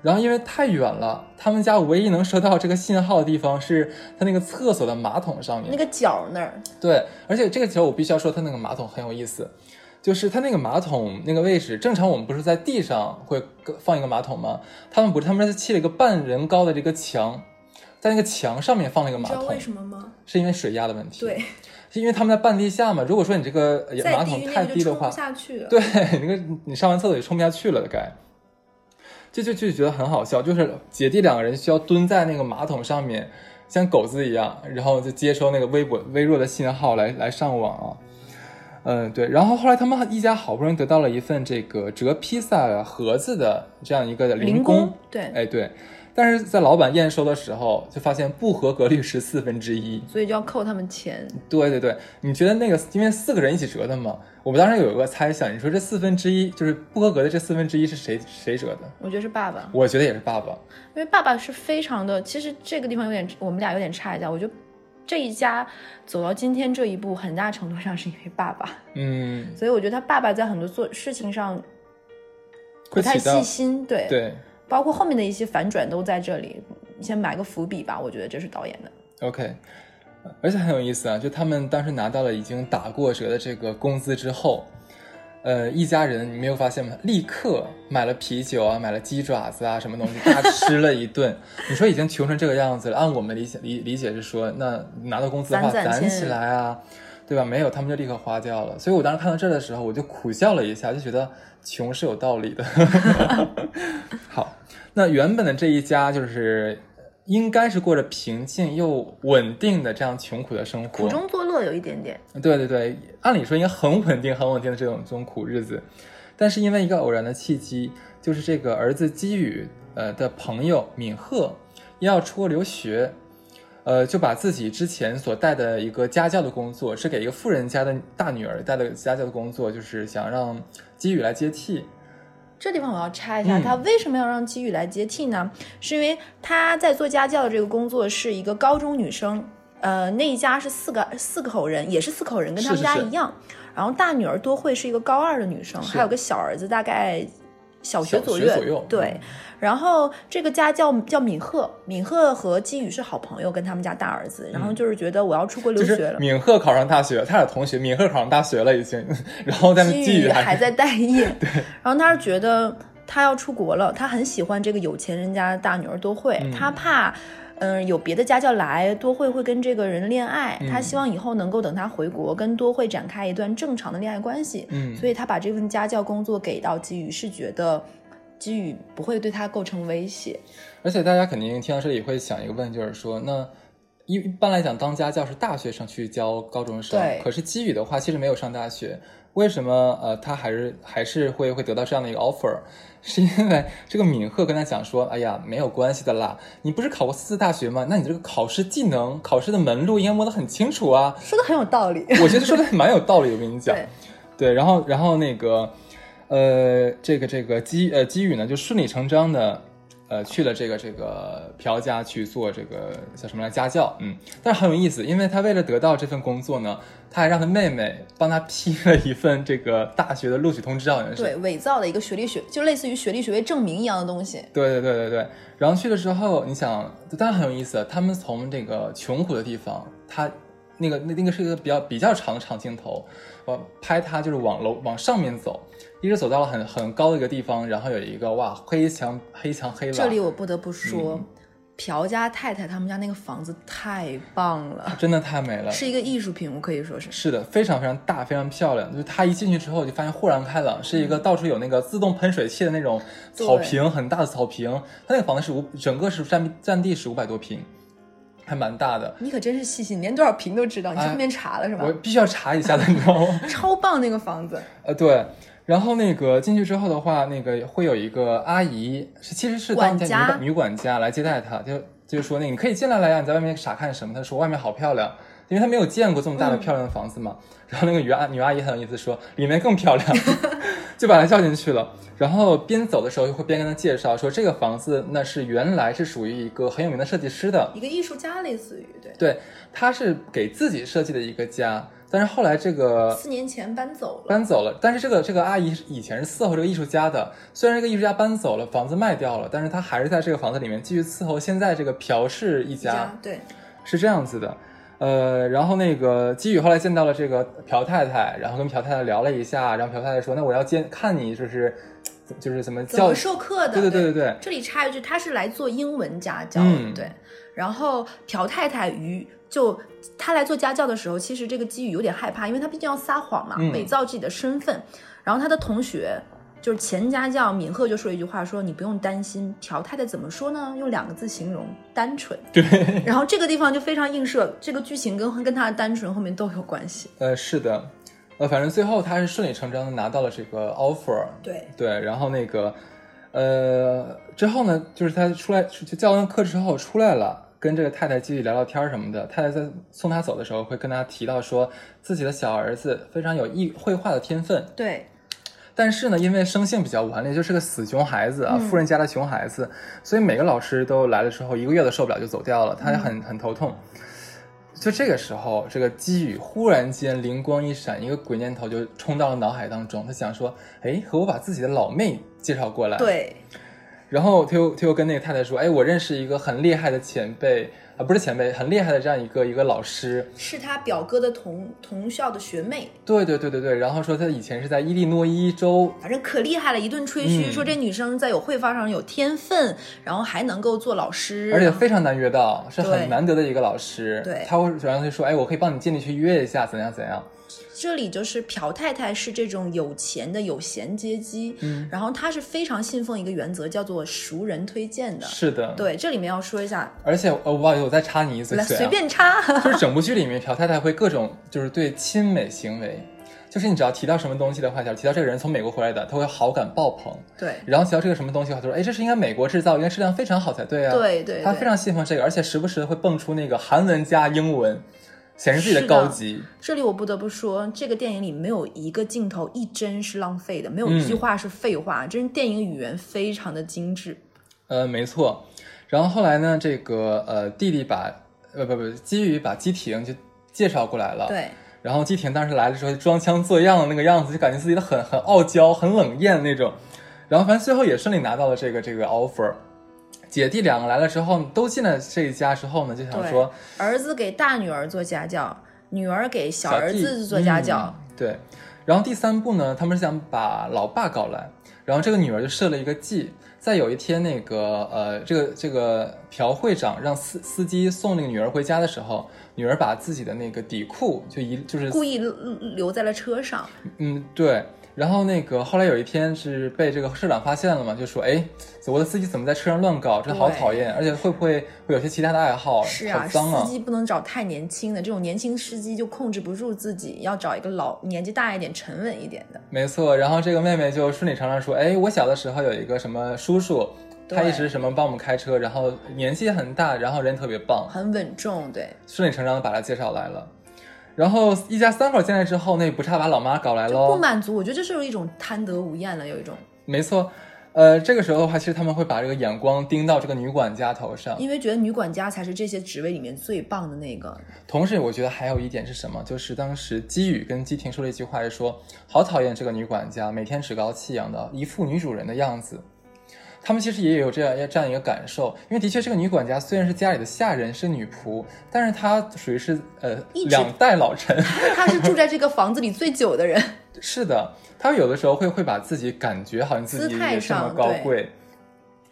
[SPEAKER 2] 然后因为太远了，他们家唯一能收到这个信号的地方是他那个厕所的马桶上面
[SPEAKER 1] 那。个角那儿，
[SPEAKER 2] 对，而且这个球我必须要说，它那个马桶很有意思，就是它那个马桶那个位置，正常我们不是在地上会放一个马桶吗？他们不是，他们是砌了一个半人高的这个墙，在那个墙上面放了一个
[SPEAKER 1] 你
[SPEAKER 2] 马
[SPEAKER 1] 知道
[SPEAKER 2] 桶
[SPEAKER 1] 为，什么吗？
[SPEAKER 2] 是因为水压的问题。，
[SPEAKER 1] 对，
[SPEAKER 2] 是因为他们在半地下嘛。如果说你这个呃
[SPEAKER 1] 在
[SPEAKER 2] 马
[SPEAKER 1] 地
[SPEAKER 2] 桶
[SPEAKER 1] 狱
[SPEAKER 2] 太
[SPEAKER 1] 那个
[SPEAKER 2] 低
[SPEAKER 1] 就
[SPEAKER 2] 的
[SPEAKER 1] 冲不
[SPEAKER 2] 话，
[SPEAKER 1] 下去了。
[SPEAKER 2] 对， 那个你上完厕所也冲不下去了，该。这就就觉得很好笑，就是姐弟两个人需要蹲在那个马桶上面，像狗子一样，然后就接收那个微薄微弱的信号来来上网啊。嗯，对。然后后来他们一家好不容易得到了一份这个折披萨盒子的这样一个
[SPEAKER 1] 零
[SPEAKER 2] 零
[SPEAKER 1] 工，对，
[SPEAKER 2] 哎对。但是在老板验收的时候，就发现不合格率是四分之一，
[SPEAKER 1] 所以就要扣他们钱。
[SPEAKER 2] 对对对，你觉得那个因为四个人一起折的嘛？我们当时有一个猜想，你说这四分之一就是不合格的，这四分之一是谁谁折的？
[SPEAKER 1] 我觉得是爸爸，
[SPEAKER 2] 我觉得也是爸爸。
[SPEAKER 1] 因为爸爸是非常的，其实这个地方有点，我们俩有点差一下。我觉得这一家走到今天这一步，很大程度上是因为爸爸，
[SPEAKER 2] 嗯，
[SPEAKER 1] 所以我觉得他爸爸在很多做事情上不
[SPEAKER 2] 会
[SPEAKER 1] 太
[SPEAKER 2] 起到
[SPEAKER 1] 细心，对，
[SPEAKER 2] 对
[SPEAKER 1] 包括后面的一些反转都在这里。先埋个伏笔吧，我觉得这是导演的。
[SPEAKER 2] OK，而呃且很有意思啊，就他们当时拿到了已经打过折的这个工资之后，呃，一家人你没有发现吗？立刻买了啤酒啊，买了鸡爪子啊，什么东西，大吃了一顿。 你说已经穷成这个样子了，按我们理解理理解是说，那拿到工资的话
[SPEAKER 1] 攒攒
[SPEAKER 2] 攒
[SPEAKER 1] 钱
[SPEAKER 2] 起来啊，对吧？没有，他们就立刻花掉了。所以我当时看到这儿的时候，我就苦笑了一下，就觉得穷是有道理的。 好，那原本的这一家就是应该是过着平静又稳定的这样穷苦的生活，
[SPEAKER 1] 苦中作乐有一点点，
[SPEAKER 2] 对对对，按理说应该很稳定、很稳定的这种这种苦日子，但是因为一个偶然的契机，就是这个儿子基宇呃的朋友敏赫要出国留学，呃，就把自己之前所带的一个家教的工作，是给一个富人家的大女儿带的家教的工作，就是想让姬宇来接替。
[SPEAKER 1] 这地方我要插一下，
[SPEAKER 2] 嗯
[SPEAKER 1] 他为什么要让姬宇来接替呢？是因为他在做家教这个工作是一个高中女生，呃，那一家是四个四口人，也是四口人，跟他们
[SPEAKER 2] 是是
[SPEAKER 1] 家
[SPEAKER 2] 是
[SPEAKER 1] 一样。然后大女儿多惠是一个高二的女生，
[SPEAKER 2] 是
[SPEAKER 1] 还有个小儿子，大概小学
[SPEAKER 2] 小
[SPEAKER 1] 左
[SPEAKER 2] 学
[SPEAKER 1] 右。
[SPEAKER 2] 左右嗯
[SPEAKER 1] 对，然后这个家教叫敏赫，敏赫和姬宇是好朋友，跟他们家大儿子。然后就是觉得我要出国留
[SPEAKER 2] 嗯就
[SPEAKER 1] 学
[SPEAKER 2] 是
[SPEAKER 1] 了，
[SPEAKER 2] 敏赫考上大学，他俩同学，敏赫考上大学了已经， 然后但是
[SPEAKER 1] 基
[SPEAKER 2] 季
[SPEAKER 1] 宇
[SPEAKER 2] 宇
[SPEAKER 1] 还
[SPEAKER 2] 还
[SPEAKER 1] 在待 业。然后他是觉得他要出国了，他很喜欢这个有钱人家的大女儿多惠，他怕。嗯，有别的家教来，多惠会跟这个人恋爱，
[SPEAKER 2] 嗯
[SPEAKER 1] 他希望以后能够等他回国跟多惠展开一段正常的恋爱关系，
[SPEAKER 2] 嗯
[SPEAKER 1] 所以他把这份家教工作给到基宇，是觉得基宇不会对他构成威胁，
[SPEAKER 2] 而且大家肯定听到这里会想一个问，就是说，那一一般来讲，当家教是大学生去教高中生
[SPEAKER 1] 对，
[SPEAKER 2] 可是基宇的话其实没有上大学，为什么呃他还是 还是会会得到这样的一个 offer？是因为这个敏赫跟他讲说，哎呀，没有关系的啦，你不是考过四次大学吗？那你这个考试技能、考试的门路应该摸得很清楚啊。
[SPEAKER 1] 说的很有道理。
[SPEAKER 2] 我觉得说的蛮有道理，我跟你讲。
[SPEAKER 1] 对
[SPEAKER 2] 对，然后然后那个，呃，这个这个基呃基宇呢，就顺理成章的，呃，去了这个这个朴家去做这个叫什么来家教，嗯，但是很有意思，因为他为了得到这份工作呢，他还让他妹妹帮他批了一份这个大学的录取通知，好像是。
[SPEAKER 1] 对，伪造的一个学历学，就类似于学历学位证明一样的东西。
[SPEAKER 2] 对对对对对，然后去了之后，你想，当然很有意思。他们从这个穷苦的地方，他那个那那个是一个比较比较长的长镜头，我拍他就是往楼往上面走，一直走到了很很高的一个地方，然后有一个哇黑墙黑墙黑瓦，
[SPEAKER 1] 这里我不得不说，
[SPEAKER 2] 嗯
[SPEAKER 1] 朴家太太他们家那个房子太棒了，
[SPEAKER 2] 真的太美了。
[SPEAKER 1] 是一个艺术品，我可以说是。
[SPEAKER 2] 是的，非常非常大，非常漂亮。就是他一进去之后，就发现豁然开朗，是一个到处有那个自动喷水器的那种草坪，很大的草坪。他那个房子是五，整个是占占地是五百多平，还蛮大的。
[SPEAKER 1] 你可真是细心，你连多少平都知道，你去
[SPEAKER 2] 哎
[SPEAKER 1] 后面查了是吧
[SPEAKER 2] 我？必须要查一下的，你知道 吗？
[SPEAKER 1] 超棒那个房子，
[SPEAKER 2] 呃，对。然后那个进去之后的话，那个会有一个阿姨，是其实是
[SPEAKER 1] 管
[SPEAKER 2] 当
[SPEAKER 1] 家
[SPEAKER 2] 家女管女管家来接待她，就就是说那个你可以进来了呀，你在外面傻看什么？她说外面好漂亮，因为她没有见过这么大的漂亮的房 子嘛。然后那个女阿女阿姨很有意思说，里面更漂亮， 就把她叫进去了。然后边走的时候会边跟她介绍说，这个房子那是原来是属于一个很有名的设计师的，
[SPEAKER 1] 一个艺术家类似于对，
[SPEAKER 2] 对，他是给自己设计的一个家，但是后来这个
[SPEAKER 1] 四年前搬走了，
[SPEAKER 2] 呃搬走了，但是这个这个阿姨是以前是伺候这个艺术家的，虽然这个艺术家搬走了，房子卖掉了，但是她还是在这个房子里面继续伺候现在这个朴氏一家，
[SPEAKER 1] 家对，
[SPEAKER 2] 是这样子的。呃，然后那个基宇后来见到了这个朴太太，然后跟朴太太聊了一下，然后朴太太说：“那我要见看你，就是就是怎么
[SPEAKER 1] 怎
[SPEAKER 2] 教
[SPEAKER 1] 么，授课的？
[SPEAKER 2] 对对对对对
[SPEAKER 1] 这里插一句，他是来做英文家教，
[SPEAKER 2] 嗯
[SPEAKER 1] 对。然后朴太太于就她来做家教的时候，其实这个基宇有点害怕，因为她毕竟要撒谎嘛，
[SPEAKER 2] 嗯
[SPEAKER 1] 伪造自己的身份。然后她的同学就是前家教敏赫就说了一句话说，你不用担心。朴太太怎么说呢？用两个字形容，单纯。
[SPEAKER 2] 对，
[SPEAKER 1] 然后这个地方就非常映射这个剧情跟跟她的单纯后面都有关系。
[SPEAKER 2] 呃，是的，呃，反正最后她是顺理成章的拿到了这个 offer，
[SPEAKER 1] 对，
[SPEAKER 2] 对，然后那个，呃，之后呢，就是他出来就教完课之后出来了，跟这个太太继续聊聊天儿什么的。太太在送他走的时候，会跟他提到说自己的小儿子非常有艺绘画的天分，
[SPEAKER 1] 对，
[SPEAKER 2] 但是呢，因为生性比较顽劣，就是个死熊孩子啊，富人家的熊孩子，所以每个老师都来了之后，一个月都受不了就走掉了，他也很很头痛。就这个时候，这个基宇忽然间灵光一闪，一个鬼念头就冲到了脑海当中。他想说，哎，和我把自己的老妹介绍过来。。
[SPEAKER 1] 对，
[SPEAKER 2] 然后他又他又跟那个太太说，哎，我认识一个很厉害的前辈啊、不是前辈，很厉害的这样一个一个老师。
[SPEAKER 1] 是他表哥的同同校的学妹，
[SPEAKER 2] 对对对对对。然后说他以前是在伊利诺伊州
[SPEAKER 1] 反正可厉害了，一顿吹嘘，
[SPEAKER 2] 嗯
[SPEAKER 1] 说这女生在有绘画上有天分，然后还能够做老师，
[SPEAKER 2] 而且非常难约到，
[SPEAKER 1] 嗯
[SPEAKER 2] 是
[SPEAKER 1] 对
[SPEAKER 2] 很难得的一个老师。
[SPEAKER 1] 对
[SPEAKER 2] 他会然后就说：“哎，我可以帮你尽力去约一下，怎样怎样。
[SPEAKER 1] 这里就是朴太太是这种有钱的有闲阶级，
[SPEAKER 2] 嗯
[SPEAKER 1] 然后她是非常信奉一个原则，叫做熟人推荐”的。
[SPEAKER 2] 是的，。
[SPEAKER 1] 对，这里面要说一下，
[SPEAKER 2] 而且，呃，不好意思，我再插你一嘴
[SPEAKER 1] 来
[SPEAKER 2] 嘴、啊，
[SPEAKER 1] 随便插，
[SPEAKER 2] 就是整部剧里面，朴太太会各种就是对亲美行为，就是你只要提到什么东西的话，假如提到这个人从美国回来的，他会好感爆棚。
[SPEAKER 1] 对
[SPEAKER 2] 然后提到这个什么东西的话，他说：“哎，这是应该美国制造，应该质量非常好才对啊。”
[SPEAKER 1] 对对，
[SPEAKER 2] 他
[SPEAKER 1] 对
[SPEAKER 2] 非常信奉这个，而且时不时地会蹦出那个韩文加英文，显示自己
[SPEAKER 1] 是的
[SPEAKER 2] 高级。
[SPEAKER 1] 这里我不得不说，这个电影里没有一个镜头一帧是浪费的，没有一句
[SPEAKER 2] 嗯
[SPEAKER 1] 话是废话，真是电影语言非常的精致。
[SPEAKER 2] 呃，没错。然后后来呢，这个呃弟弟把呃不不基宇把基廷就介绍过来了。。
[SPEAKER 1] 对，
[SPEAKER 2] 然后基廷当时来的时候装腔作样的那个样子，就感觉自己很很傲娇、很冷艳那种。然后反正最后也顺利拿到了这个这个 offer。姐弟两个来了之后，都进了这一家之后呢，就想
[SPEAKER 1] 对
[SPEAKER 2] 说
[SPEAKER 1] 儿子给大女儿做家教，女儿给小儿
[SPEAKER 2] 弟
[SPEAKER 1] 子做家教。
[SPEAKER 2] 嗯对，然后第三步呢，他们是想把老爸搞来，然后这个女儿就设了一个计。在有一天，那个呃，这个这个朴会长让司司机送那个女儿回家的时候，女儿把自己的那个底裤就一就是
[SPEAKER 1] 故意留在了车上，
[SPEAKER 2] 嗯，对。然后那个后来有一天是被这个社长发现了嘛，就说哎，我的司机怎么在车上乱搞，真的好
[SPEAKER 1] 对
[SPEAKER 2] 讨厌，而且会不会会有些其他的爱好，
[SPEAKER 1] 是啊，
[SPEAKER 2] 好脏啊
[SPEAKER 1] 司。机不能找太年轻的，这种年轻司机就控制不住自己，要找一个老年纪大一点、沉稳一点的。
[SPEAKER 2] 没错，然后这个妹妹就顺理成章说，哎，我小的时候有一个什么叔叔，他
[SPEAKER 1] 对
[SPEAKER 2] 一直什么帮我们开车，然后年纪也很大，然后人特别棒，
[SPEAKER 1] 很稳重，对，
[SPEAKER 2] 顺理成章的把他介绍来了。然后一家三口进来之后，那不差把老妈搞来
[SPEAKER 1] 就不
[SPEAKER 2] 喽。
[SPEAKER 1] 满足。我觉得这是一种贪得无厌了，有一种，
[SPEAKER 2] 没错，呃，这个时候的话，其实他们会把这个眼光盯到这个女管家头上。
[SPEAKER 1] 因为觉得女管家才是这些职位里面最棒的那个。
[SPEAKER 2] 同时，我觉得还有一点是什么，就是当时基宇跟基廷说了一句话，是说好讨厌这个女管家，每天趾高气扬的，一副女主人的样子。他们其实也有这样这样一个感受，因为的确这个女管家虽然是家里的下人，是女仆，但是她属于是呃
[SPEAKER 1] 一直
[SPEAKER 2] 两代老臣，
[SPEAKER 1] 她是住在这个房子里最久的人，
[SPEAKER 2] 是的，她有的时候会会把自己感觉好像自己
[SPEAKER 1] 姿态
[SPEAKER 2] 也这么
[SPEAKER 1] 上
[SPEAKER 2] 高
[SPEAKER 1] 对
[SPEAKER 2] 贵，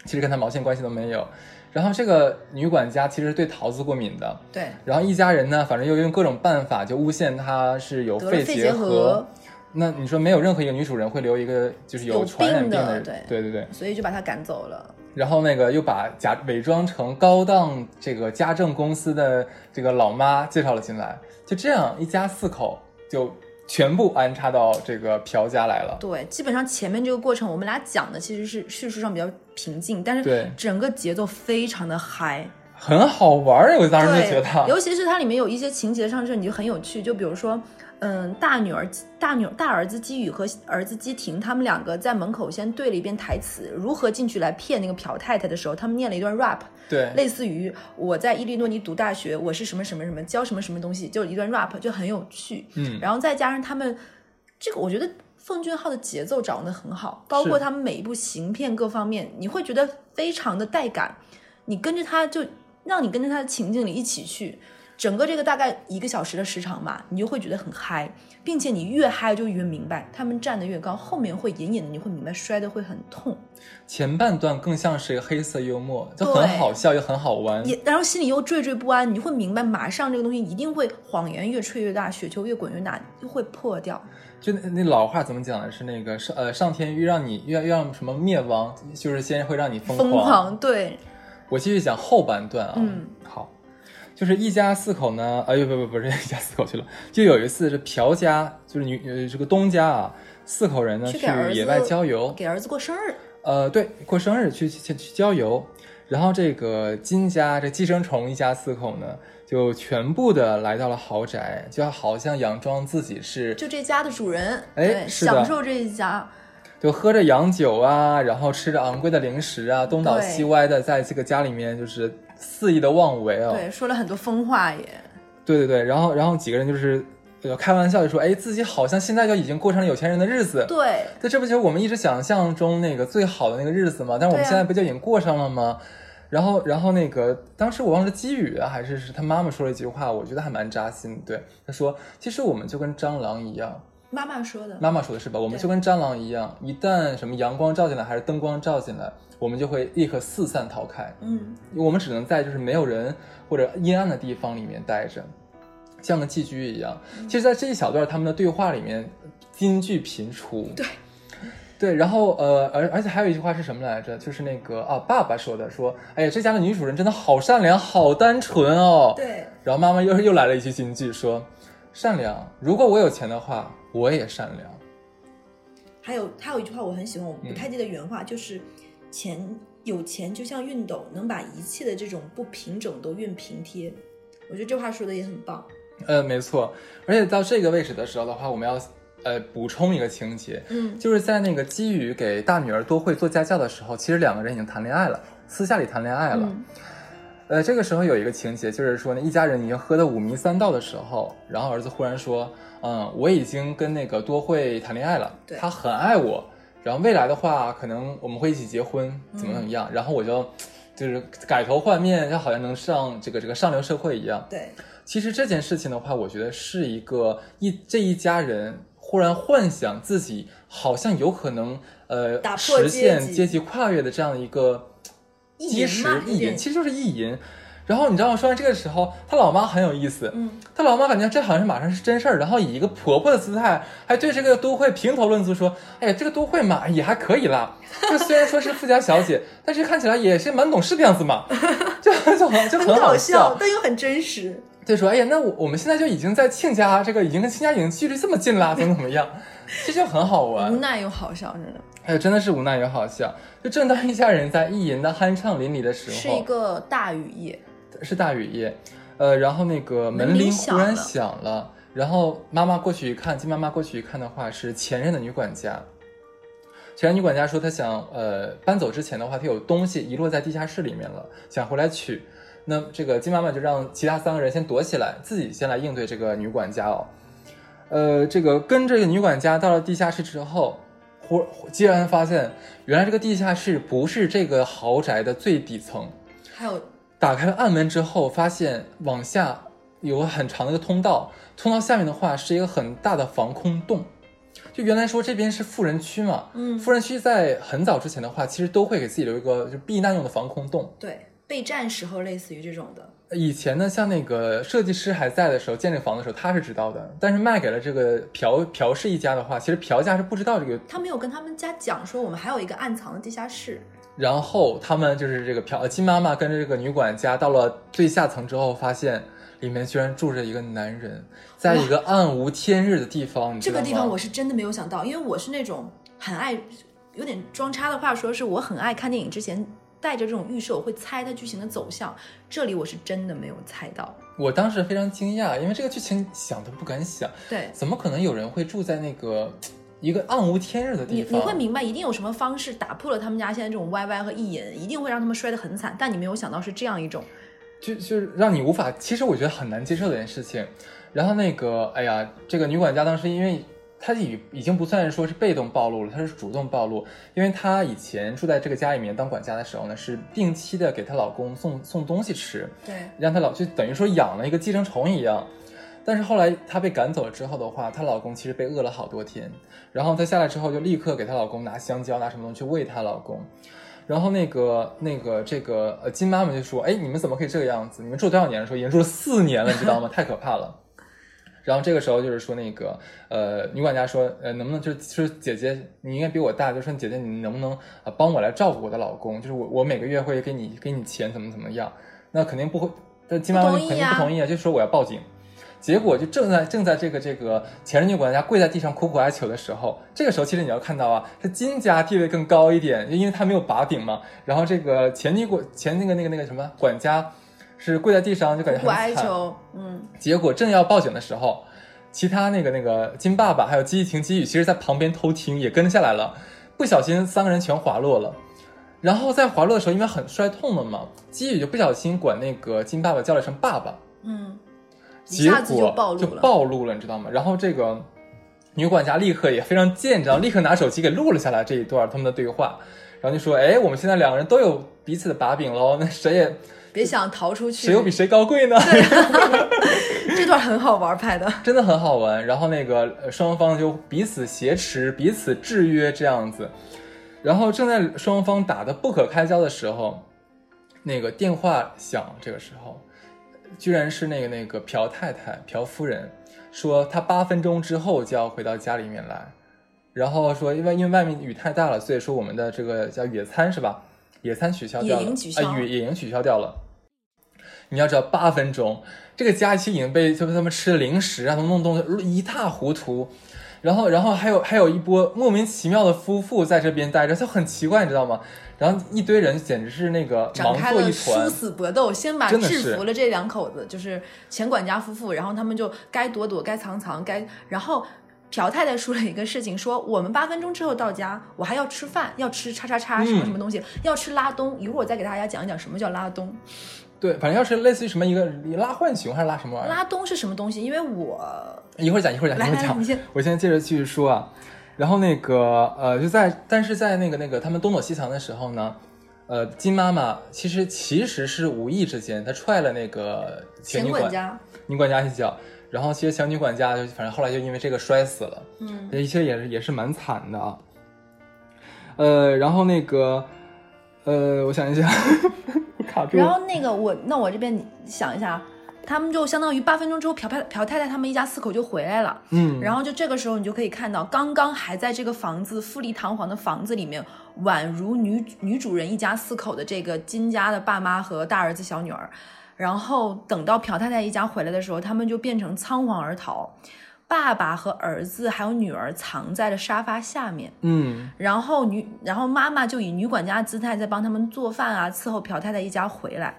[SPEAKER 2] 其实跟她毛线关系都没有。然后这个女管家其实是对桃子过敏的，
[SPEAKER 1] 对，
[SPEAKER 2] 然后一家人呢，反正又用各种办法就诬陷她是 有
[SPEAKER 1] 得了肺
[SPEAKER 2] 结
[SPEAKER 1] 结核，
[SPEAKER 2] 那你说没有任何一个女主人会留一个就是
[SPEAKER 1] 有
[SPEAKER 2] 传染
[SPEAKER 1] 病的
[SPEAKER 2] 的人？
[SPEAKER 1] 对
[SPEAKER 2] 对对对。
[SPEAKER 1] 所以就把她赶走了。
[SPEAKER 2] 然后那个又把假伪装成高档这个家政公司的这个老妈介绍了进来，就这样一家四口就全部安插到这个朴家来了。
[SPEAKER 1] 对，基本上前面这个过程，我们俩讲的其实是叙述上比较平静，但是
[SPEAKER 2] 对
[SPEAKER 1] 整个节奏非常的嗨。
[SPEAKER 2] 很好玩儿，我当时就觉
[SPEAKER 1] 对，
[SPEAKER 2] 得，
[SPEAKER 1] 尤其是它里面有一些情节上是你就很有趣，就比如说，嗯，大女儿、大女儿、大儿子基宇和儿子基廷，他们两个在门口先对了一遍台词，如何进去来骗那个朴太太的时候，他们念了一段 rap，
[SPEAKER 2] 对
[SPEAKER 1] 类似于我在伊利诺伊读大学，我是什么什么什么，教什么什么东西，就一段 rap 就很有趣。
[SPEAKER 2] 嗯
[SPEAKER 1] 然后再加上他们这个，我觉得奉俊昊的节奏掌握的很好，包括他们每一部行片各方面，你会觉得非常的带感，你跟着他就让你跟着他的情境里一起去。整个这个大概一个小时的时长吧，你就会觉得很嗨，并且你越嗨就越明白，他们站得越高，后面会隐隐的你会明白摔得会很痛，
[SPEAKER 2] 前半段更像是一个黑色幽默，就
[SPEAKER 1] 对
[SPEAKER 2] 很好笑又很好玩。
[SPEAKER 1] 也然后心里又惴惴不安，你会明白马上这个东西一定会谎言越吹越大，雪球越滚越大，就会破掉。
[SPEAKER 2] 就那那老话怎么讲的是那个上呃上天欲让你越越让什么灭亡，就是先会让你疯
[SPEAKER 1] 疯狂，对，
[SPEAKER 2] 我继续讲后半段啊，
[SPEAKER 1] 嗯，
[SPEAKER 2] 好，就是一家四口呢，哎呦不不不是一家四口去了，就有一次是朴家，就是女呃这个东家啊，四口人呢
[SPEAKER 1] 去
[SPEAKER 2] 去
[SPEAKER 1] 给儿子
[SPEAKER 2] 野外郊游，
[SPEAKER 1] 给儿子过生日，
[SPEAKER 2] 呃，对，过生日去去去去郊游，然后这个金家这寄生虫一家四口呢，就全部的来到了豪宅，就好像佯装自己是，
[SPEAKER 1] 就这家的主人，
[SPEAKER 2] 哎
[SPEAKER 1] 对，
[SPEAKER 2] 是的
[SPEAKER 1] 享受这一家，
[SPEAKER 2] 就喝着洋酒啊，然后吃着昂贵的零食啊，东倒
[SPEAKER 1] 对
[SPEAKER 2] 西歪的，在这个家里面就是肆意的妄为哦。
[SPEAKER 1] 对，说了很多疯话也，
[SPEAKER 2] 对对对，然后然后几个人就是呃开玩笑就说，哎，自己好像现在就已经过上了有钱人的日子。
[SPEAKER 1] 对，
[SPEAKER 2] 对，这不就是我们一直想象中那个最好的那个日子吗？但是我
[SPEAKER 1] 对
[SPEAKER 2] 们
[SPEAKER 1] 啊
[SPEAKER 2] 现在不就已经过上了吗？然后，然后那个当时我忘了是基宇啊，还是是他妈妈说了一句话，我觉得还蛮扎心的。对，他说，其实我们就跟蟑螂一样，
[SPEAKER 1] 妈妈说的，
[SPEAKER 2] 妈妈说的是吧？我们
[SPEAKER 1] 对
[SPEAKER 2] 就跟蟑螂一样，一旦什么阳光照进来，还是灯光照进来，我们就会立刻四散逃开。
[SPEAKER 1] 嗯，
[SPEAKER 2] 我们只能在就是没有人或者阴暗的地方里面待着，像个寄居一样。
[SPEAKER 1] 嗯
[SPEAKER 2] 其实，在这一小段他们的对话里面，金句频出。
[SPEAKER 1] 对。
[SPEAKER 2] 对，然后呃，而而且还有一句话是什么来着？就是那个啊，爸爸说的，说，哎呀，这家的女主人真的好善良，好单纯哦。。
[SPEAKER 1] 对，
[SPEAKER 2] 然后妈妈又又来了一句金句，说，善良，如果我有钱的话，我也善良。
[SPEAKER 1] 还有他有一句话我很喜欢，我不太记得原
[SPEAKER 2] 嗯
[SPEAKER 1] 话，就是钱有钱就像熨斗，能把一切的这种不平整都熨平贴。我觉得这话说的也很棒。
[SPEAKER 2] 呃，没错，而且到这个位置的时候的话，我们要呃补充一个情节，
[SPEAKER 1] 嗯，
[SPEAKER 2] 就是在那个基宇给大女儿多惠做家教的时候，其实两个人已经谈恋爱了，私下里谈恋爱了。
[SPEAKER 3] 嗯
[SPEAKER 2] 呃，这个时候有一个情节，就是说呢，一家人已经喝得五迷三道的时候，然后儿子忽然说：“嗯，我已经跟那个多惠谈恋爱了
[SPEAKER 1] 对，
[SPEAKER 2] 他很爱我，然后未来的话，可能我们会一起结婚，怎么怎么样。然后我就就是改头换面，就好像能上这个这个上流社会一样。
[SPEAKER 1] 对，
[SPEAKER 2] 其实这件事情的话，我觉得是一个一这一家人忽然幻想自己好像有可能呃
[SPEAKER 1] 打破阶
[SPEAKER 2] 实
[SPEAKER 1] 级
[SPEAKER 2] 现阶级跨越的这样的一个
[SPEAKER 1] 意
[SPEAKER 2] 基
[SPEAKER 1] 淫
[SPEAKER 2] 石
[SPEAKER 1] 嘛，
[SPEAKER 2] 意
[SPEAKER 1] 一点
[SPEAKER 2] 淫其实就是意淫。然后你知道吗？说完这个时候，他老妈很有意思，
[SPEAKER 1] 嗯，
[SPEAKER 2] 他老妈感觉这好像是马上是真事儿，然后以一个婆婆的姿态，还对这个都会评头论足说：“哎呀，这个都会嘛也还可以啦，这虽然说是富家小姐，但是看起来也是蛮懂事的样子嘛，就就很就
[SPEAKER 1] 很
[SPEAKER 2] 很好
[SPEAKER 1] 搞
[SPEAKER 2] 笑。”
[SPEAKER 1] 但又很真实。
[SPEAKER 2] 对，说哎呀，那我我们现在就已经在亲家这个已经跟亲家已经距离这么近啦，怎么怎么样，其实很好
[SPEAKER 3] 无
[SPEAKER 2] 玩。
[SPEAKER 3] 奈又好笑，真的
[SPEAKER 2] 哎呦，真的是无奈也好笑。就正当一家人在意淫的酣畅淋漓的时候，
[SPEAKER 3] 是一个大雨夜，
[SPEAKER 2] 是大雨夜，呃，然后那个门
[SPEAKER 3] 门铃
[SPEAKER 2] 铃
[SPEAKER 3] 响
[SPEAKER 2] 忽然
[SPEAKER 3] 了
[SPEAKER 2] 响了，然后妈妈过去一看，金妈妈过去一看的话是前任的女管家。前任女管家说她想，呃，搬走之前的话，她有东西遗落在地下室里面了，想回来取。那这个金妈妈就让其他三个人先躲起来，自己先来应对这个女管家哦。呃，这个跟这个女管家到了地下室之后，忽竟然发现，原来这个地下室不是这个豪宅的最底层，
[SPEAKER 1] 还有
[SPEAKER 2] 打开了暗门之后，发现往下有个很长的一个通道，通道下面的话是一个很大的防空洞。就原来说这边是富人区嘛，
[SPEAKER 1] 嗯
[SPEAKER 2] 富人区在很早之前的话，其实都会给自己留一个就是避难用的防空洞。
[SPEAKER 1] 对备战时候类似于这种的，
[SPEAKER 2] 以前呢，像那个设计师还在的时候，建这个房子的时候，他是知道的，但是卖给了这个朴朴氏一家的话，其实朴家是不知道这个
[SPEAKER 1] 他没有跟他们家讲说我们还有一个暗藏的地下室。
[SPEAKER 2] 然后他们就是这个朴呃金妈妈跟着这个女管家到了最下层之后，发现里面居然住着一个男人，在一个暗无天日的地方，你知
[SPEAKER 1] 这
[SPEAKER 2] 道
[SPEAKER 1] 个
[SPEAKER 2] 吗
[SPEAKER 1] 地方我是真的没有想到，因为我是那种很爱，有点装叉的话说，是我很爱看电影之前带着这种预设，我会猜它剧情的走向。这里我是真的没有猜到，
[SPEAKER 2] 我当时非常惊讶，因为这个剧情想都不敢想，
[SPEAKER 1] 对。
[SPEAKER 2] 怎么可能有人会住在那个一个暗无天日的
[SPEAKER 1] 你
[SPEAKER 2] 地
[SPEAKER 1] 你
[SPEAKER 2] 方？
[SPEAKER 1] 会明白，一定有什么方式打破了他们家现在这种歪歪和意淫，一定会让他们摔得很惨。但你没有想到是这样一种，
[SPEAKER 2] 就就是让你无法，其实我觉得很难接受的一件事情。然后那个，哎呀，这个女管家当时因为她已已经不算是说是被动暴露了，她是主动暴露，因为她以前住在这个家里面当管家的时候呢，是定期的给她老公送送东西吃，
[SPEAKER 1] 对，
[SPEAKER 2] 让她老就等于说养了一个寄生虫一样。但是后来她被赶走了之后的话，她老公其实被饿了好多天，然后她下来之后就立刻给她老公拿香蕉拿什么东西去喂她老公，然后那个那个这个呃金妈妈就说，哎，你们怎么可以这个样子？你们住多少年的时候已经住了四年了，你知道吗？太可怕了。然后这个时候就是说那个呃女管家说，呃能不能就是就是姐姐你应该比我大，就说姐姐你能不能啊、呃帮我来照顾我的老公？就是我我每个月会给你给你钱怎么怎么样？那肯定不会，这金妈妈
[SPEAKER 1] 不
[SPEAKER 2] 肯
[SPEAKER 1] 同意
[SPEAKER 2] 定
[SPEAKER 1] 啊
[SPEAKER 2] 不同意啊，就说我要报警。结果就正在正在这个这个前任女管家跪在地上苦苦哀求的时候，这个时候其实你要看到啊，是金家地位更高一点，因为他没有把柄嘛。然后这个前女管前那个那个那个什么管家是跪在地上，就感觉
[SPEAKER 1] 我哀
[SPEAKER 2] 很惨。
[SPEAKER 1] 求，嗯，
[SPEAKER 2] 结果正要报警的时候，其他那个那个金爸爸还有姬晴、姬宇，其实在旁边偷听，也跟下来了。不小心三个人全滑落了。然后在滑落的时候，因为很摔痛了嘛，姬宇就不小心管那个金爸爸叫了声爸爸。
[SPEAKER 1] 嗯，一
[SPEAKER 2] 结
[SPEAKER 1] 下子
[SPEAKER 2] 果
[SPEAKER 1] 就暴露了
[SPEAKER 2] 就暴露了，你知道吗？然后这个女管家立刻也非常贱，你知道，立刻拿手机给录了下来这一段他们的对话，然后就说：“哎，我们现在两个人都有彼此的把柄喽，那谁也
[SPEAKER 1] 别想逃出去。
[SPEAKER 2] 谁又比谁高贵呢？”
[SPEAKER 1] 这段很好玩拍的，
[SPEAKER 2] 真的很好玩。然后那个呃双方就彼此挟持、彼此制约这样子。然后正在双方打得不可开交的时候，那个电话响，这个时候居然是那个那个朴太太、朴夫人说她八分钟之后就要回到家里面来，然后说因为因为外面雨太大了，所以说我们的这个叫野餐是吧？野餐取消掉了，
[SPEAKER 1] 野营取消
[SPEAKER 2] 啊、野野营取消掉了。你要知道，八分钟，这个假期已经被就是他们吃的零食啊，什么弄弄得一塌糊涂。然后然后还有还有一波莫名其妙的夫妇在这边待着，就很奇怪，你知道吗？然后一堆人简直是那个
[SPEAKER 1] 展
[SPEAKER 2] 忙
[SPEAKER 1] 开
[SPEAKER 2] 作
[SPEAKER 1] 了
[SPEAKER 2] 一
[SPEAKER 1] 殊
[SPEAKER 2] 团，
[SPEAKER 1] 死搏斗，先把
[SPEAKER 2] 真的是
[SPEAKER 1] 制服了这两口子，就是前管家夫妇，然后他们就该躲躲，该藏藏，该然后。朴太太说了一个事情，说我们八分钟之后到家，我还要吃饭，要吃叉叉叉什么
[SPEAKER 2] 嗯
[SPEAKER 1] 什么东西，要吃拉东。一会儿我再给大家讲一讲什么叫拉东。
[SPEAKER 2] 对，反正要是类似于什么一个拉浣熊还是拉什么玩意儿，
[SPEAKER 1] 拉东是什么东西？因为 我
[SPEAKER 2] 一会儿讲一会儿讲
[SPEAKER 1] 来
[SPEAKER 2] 一会
[SPEAKER 1] 来
[SPEAKER 2] 儿
[SPEAKER 1] 来，
[SPEAKER 2] 哎讲
[SPEAKER 1] 你，先
[SPEAKER 2] 我现在接着继续说啊，然后那个呃，就在但是在那个那个他们东躲西藏的时候呢，呃，金妈妈其实其实是无意之间她踹了那个前
[SPEAKER 1] 前
[SPEAKER 2] 女
[SPEAKER 1] 管
[SPEAKER 2] 管
[SPEAKER 1] 家，
[SPEAKER 2] 女管家一脚，然后其实前女管家就反正后来就因为这个摔死了，
[SPEAKER 1] 嗯，
[SPEAKER 2] 一切也是也是蛮惨的啊。呃，然后那个呃，我想一下， 我卡住了。
[SPEAKER 1] 然后那个我，那我这边你想一下，啊他们就相当于八分钟之后，朴太朴太太他们一家四口就回来了。
[SPEAKER 2] 嗯，
[SPEAKER 1] 然后就这个时候，你就可以看到，刚刚还在这个房子富丽堂皇的房子里面，宛如女女主人一家四口的这个金家的爸妈和大儿子小女儿。然后等到朴太太一家回来的时候，他们就变成仓皇而逃，爸爸和儿子还有女儿藏在了沙发下面。
[SPEAKER 2] 嗯
[SPEAKER 1] 然后女，然后妈妈就以女管家的姿态在帮他们做饭啊，伺候朴太太一家回来。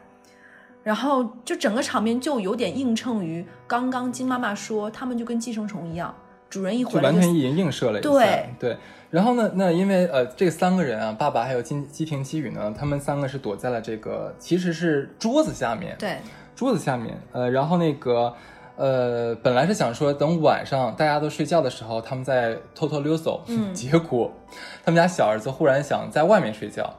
[SPEAKER 1] 然后就整个场面就有点映衬于刚刚金妈妈说，他们就跟寄生虫一样，主人一
[SPEAKER 2] 就
[SPEAKER 1] 回来
[SPEAKER 2] 完全
[SPEAKER 1] 就
[SPEAKER 2] 映映射了一下。
[SPEAKER 1] 对
[SPEAKER 2] 对然后呢，那因为呃，这三个人啊，爸爸还有金基廷基宇呢，他们三个是躲在了这个其实是桌子下面，
[SPEAKER 1] 对，
[SPEAKER 2] 桌子下面。呃，然后那个呃，本来是想说等晚上大家都睡觉的时候，他们再偷偷溜走。
[SPEAKER 1] 嗯
[SPEAKER 2] 结果他们家小儿子忽然想在外面睡觉。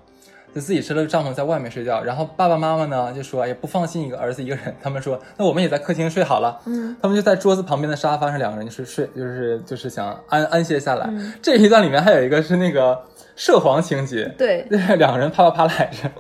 [SPEAKER 2] 就自己支了个帐篷在外面睡觉，然后爸爸妈妈呢就说：“哎呀，不放心一个儿子一个人。”他们说：“那我们也在客厅睡好了。”
[SPEAKER 1] 嗯，
[SPEAKER 2] 他们就在桌子旁边的沙发上，两个人就是睡，就是就是想安安歇下来。这一段里面还有一个是那个涉黄情节，
[SPEAKER 1] 对，
[SPEAKER 2] 对，两个人啪啪啪来着，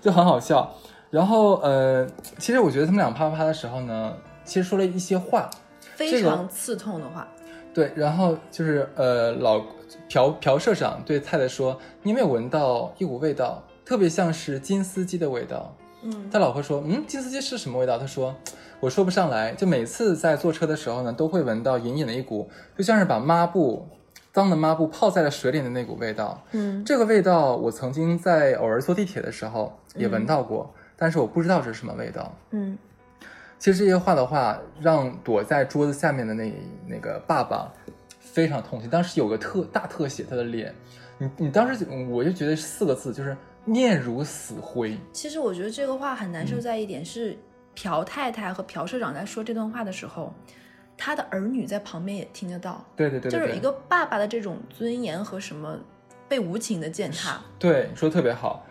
[SPEAKER 2] 就很好笑。然后呃，其实我觉得他们俩啪啪啪的时候呢，其实说了一些话，
[SPEAKER 1] 非
[SPEAKER 2] 这个
[SPEAKER 1] 常刺痛的话，
[SPEAKER 2] 对，然后就是呃，老朴朴社长对太太说：“你有没有闻到一股味道，特别像是金丝鸡的味道？”
[SPEAKER 1] 嗯，
[SPEAKER 2] 他老婆说：“嗯，金丝鸡是什么味道？”他说：“我说不上来，就每次在坐车的时候呢，都会闻到隐隐的一股，就像是把抹布脏的抹布泡在了水里的那股味道。
[SPEAKER 1] 嗯，
[SPEAKER 2] 这个味道我曾经在偶尔坐地铁的时候也闻到过，但是我不知道这是什么味道。
[SPEAKER 1] 嗯，
[SPEAKER 2] 其实这些话的话，让躲在桌子下面的那那个爸爸非常痛心。当时有个特大特写他的脸，你你当时就我就觉得四个字就是面如死灰。
[SPEAKER 1] 其实我觉得这个话很难受在一点是，朴太太和朴社长在说这段话的时候，他的儿女在旁边也听得到，
[SPEAKER 2] 对对对对对，
[SPEAKER 1] 就是一个爸爸的这种尊严和什么被无情的践踏，
[SPEAKER 2] 对，你说的特别好。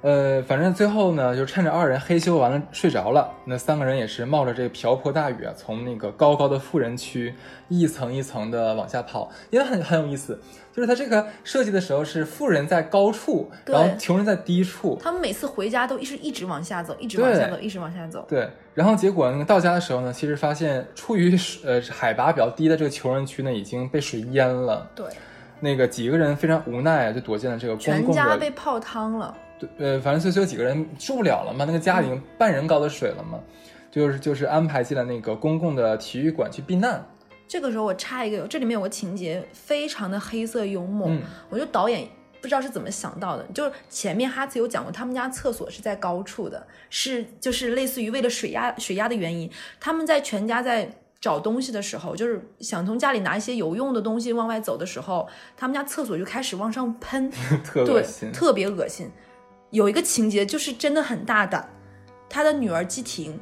[SPEAKER 2] 呃，反正最后呢，就趁着二人嘿咻完了睡着了，那三个人也是冒着这个瓢泼大雨啊，从那个高高的富人区一层一层的往下跑，因为很很有意思，就是它这个设计的时候是富人在高处，
[SPEAKER 1] 对
[SPEAKER 2] 然后穷人在低处，
[SPEAKER 1] 他们每次回家都一直一直往下走，一直往下走，一直往下走。
[SPEAKER 2] 对，然后结果那个到家的时候呢，其实发现处于呃海拔比较低的这个穷人区呢，已经被水淹了，
[SPEAKER 1] 对，
[SPEAKER 2] 那个几个人非常无奈啊，就躲进了这个公
[SPEAKER 1] 全
[SPEAKER 2] 共
[SPEAKER 1] 家
[SPEAKER 2] 的
[SPEAKER 1] 被泡汤了。
[SPEAKER 2] 对，呃，反正最最后几个人受不了了嘛，那个家已
[SPEAKER 1] 嗯
[SPEAKER 2] 经半人高的水了嘛，就是就是安排进了那个公共的体育馆去避难。
[SPEAKER 1] 这个时候我插一个，这里面有个情节非常的黑色幽默，
[SPEAKER 2] 嗯
[SPEAKER 1] 我觉得导演不知道是怎么想到的，就是前面哈茨有讲过，他们家厕所是在高处的，是就是类似于为了水压水压的原因，他们在全家在。找东西的时候，就是想从家里拿一些有用的东西往外走的时候，他们家厕所就开始往上喷，
[SPEAKER 2] 特
[SPEAKER 1] 嗯
[SPEAKER 2] 恶
[SPEAKER 1] 对，
[SPEAKER 2] 心，
[SPEAKER 1] 特别恶心。有一个情节就是真的很大胆，他的女儿基婷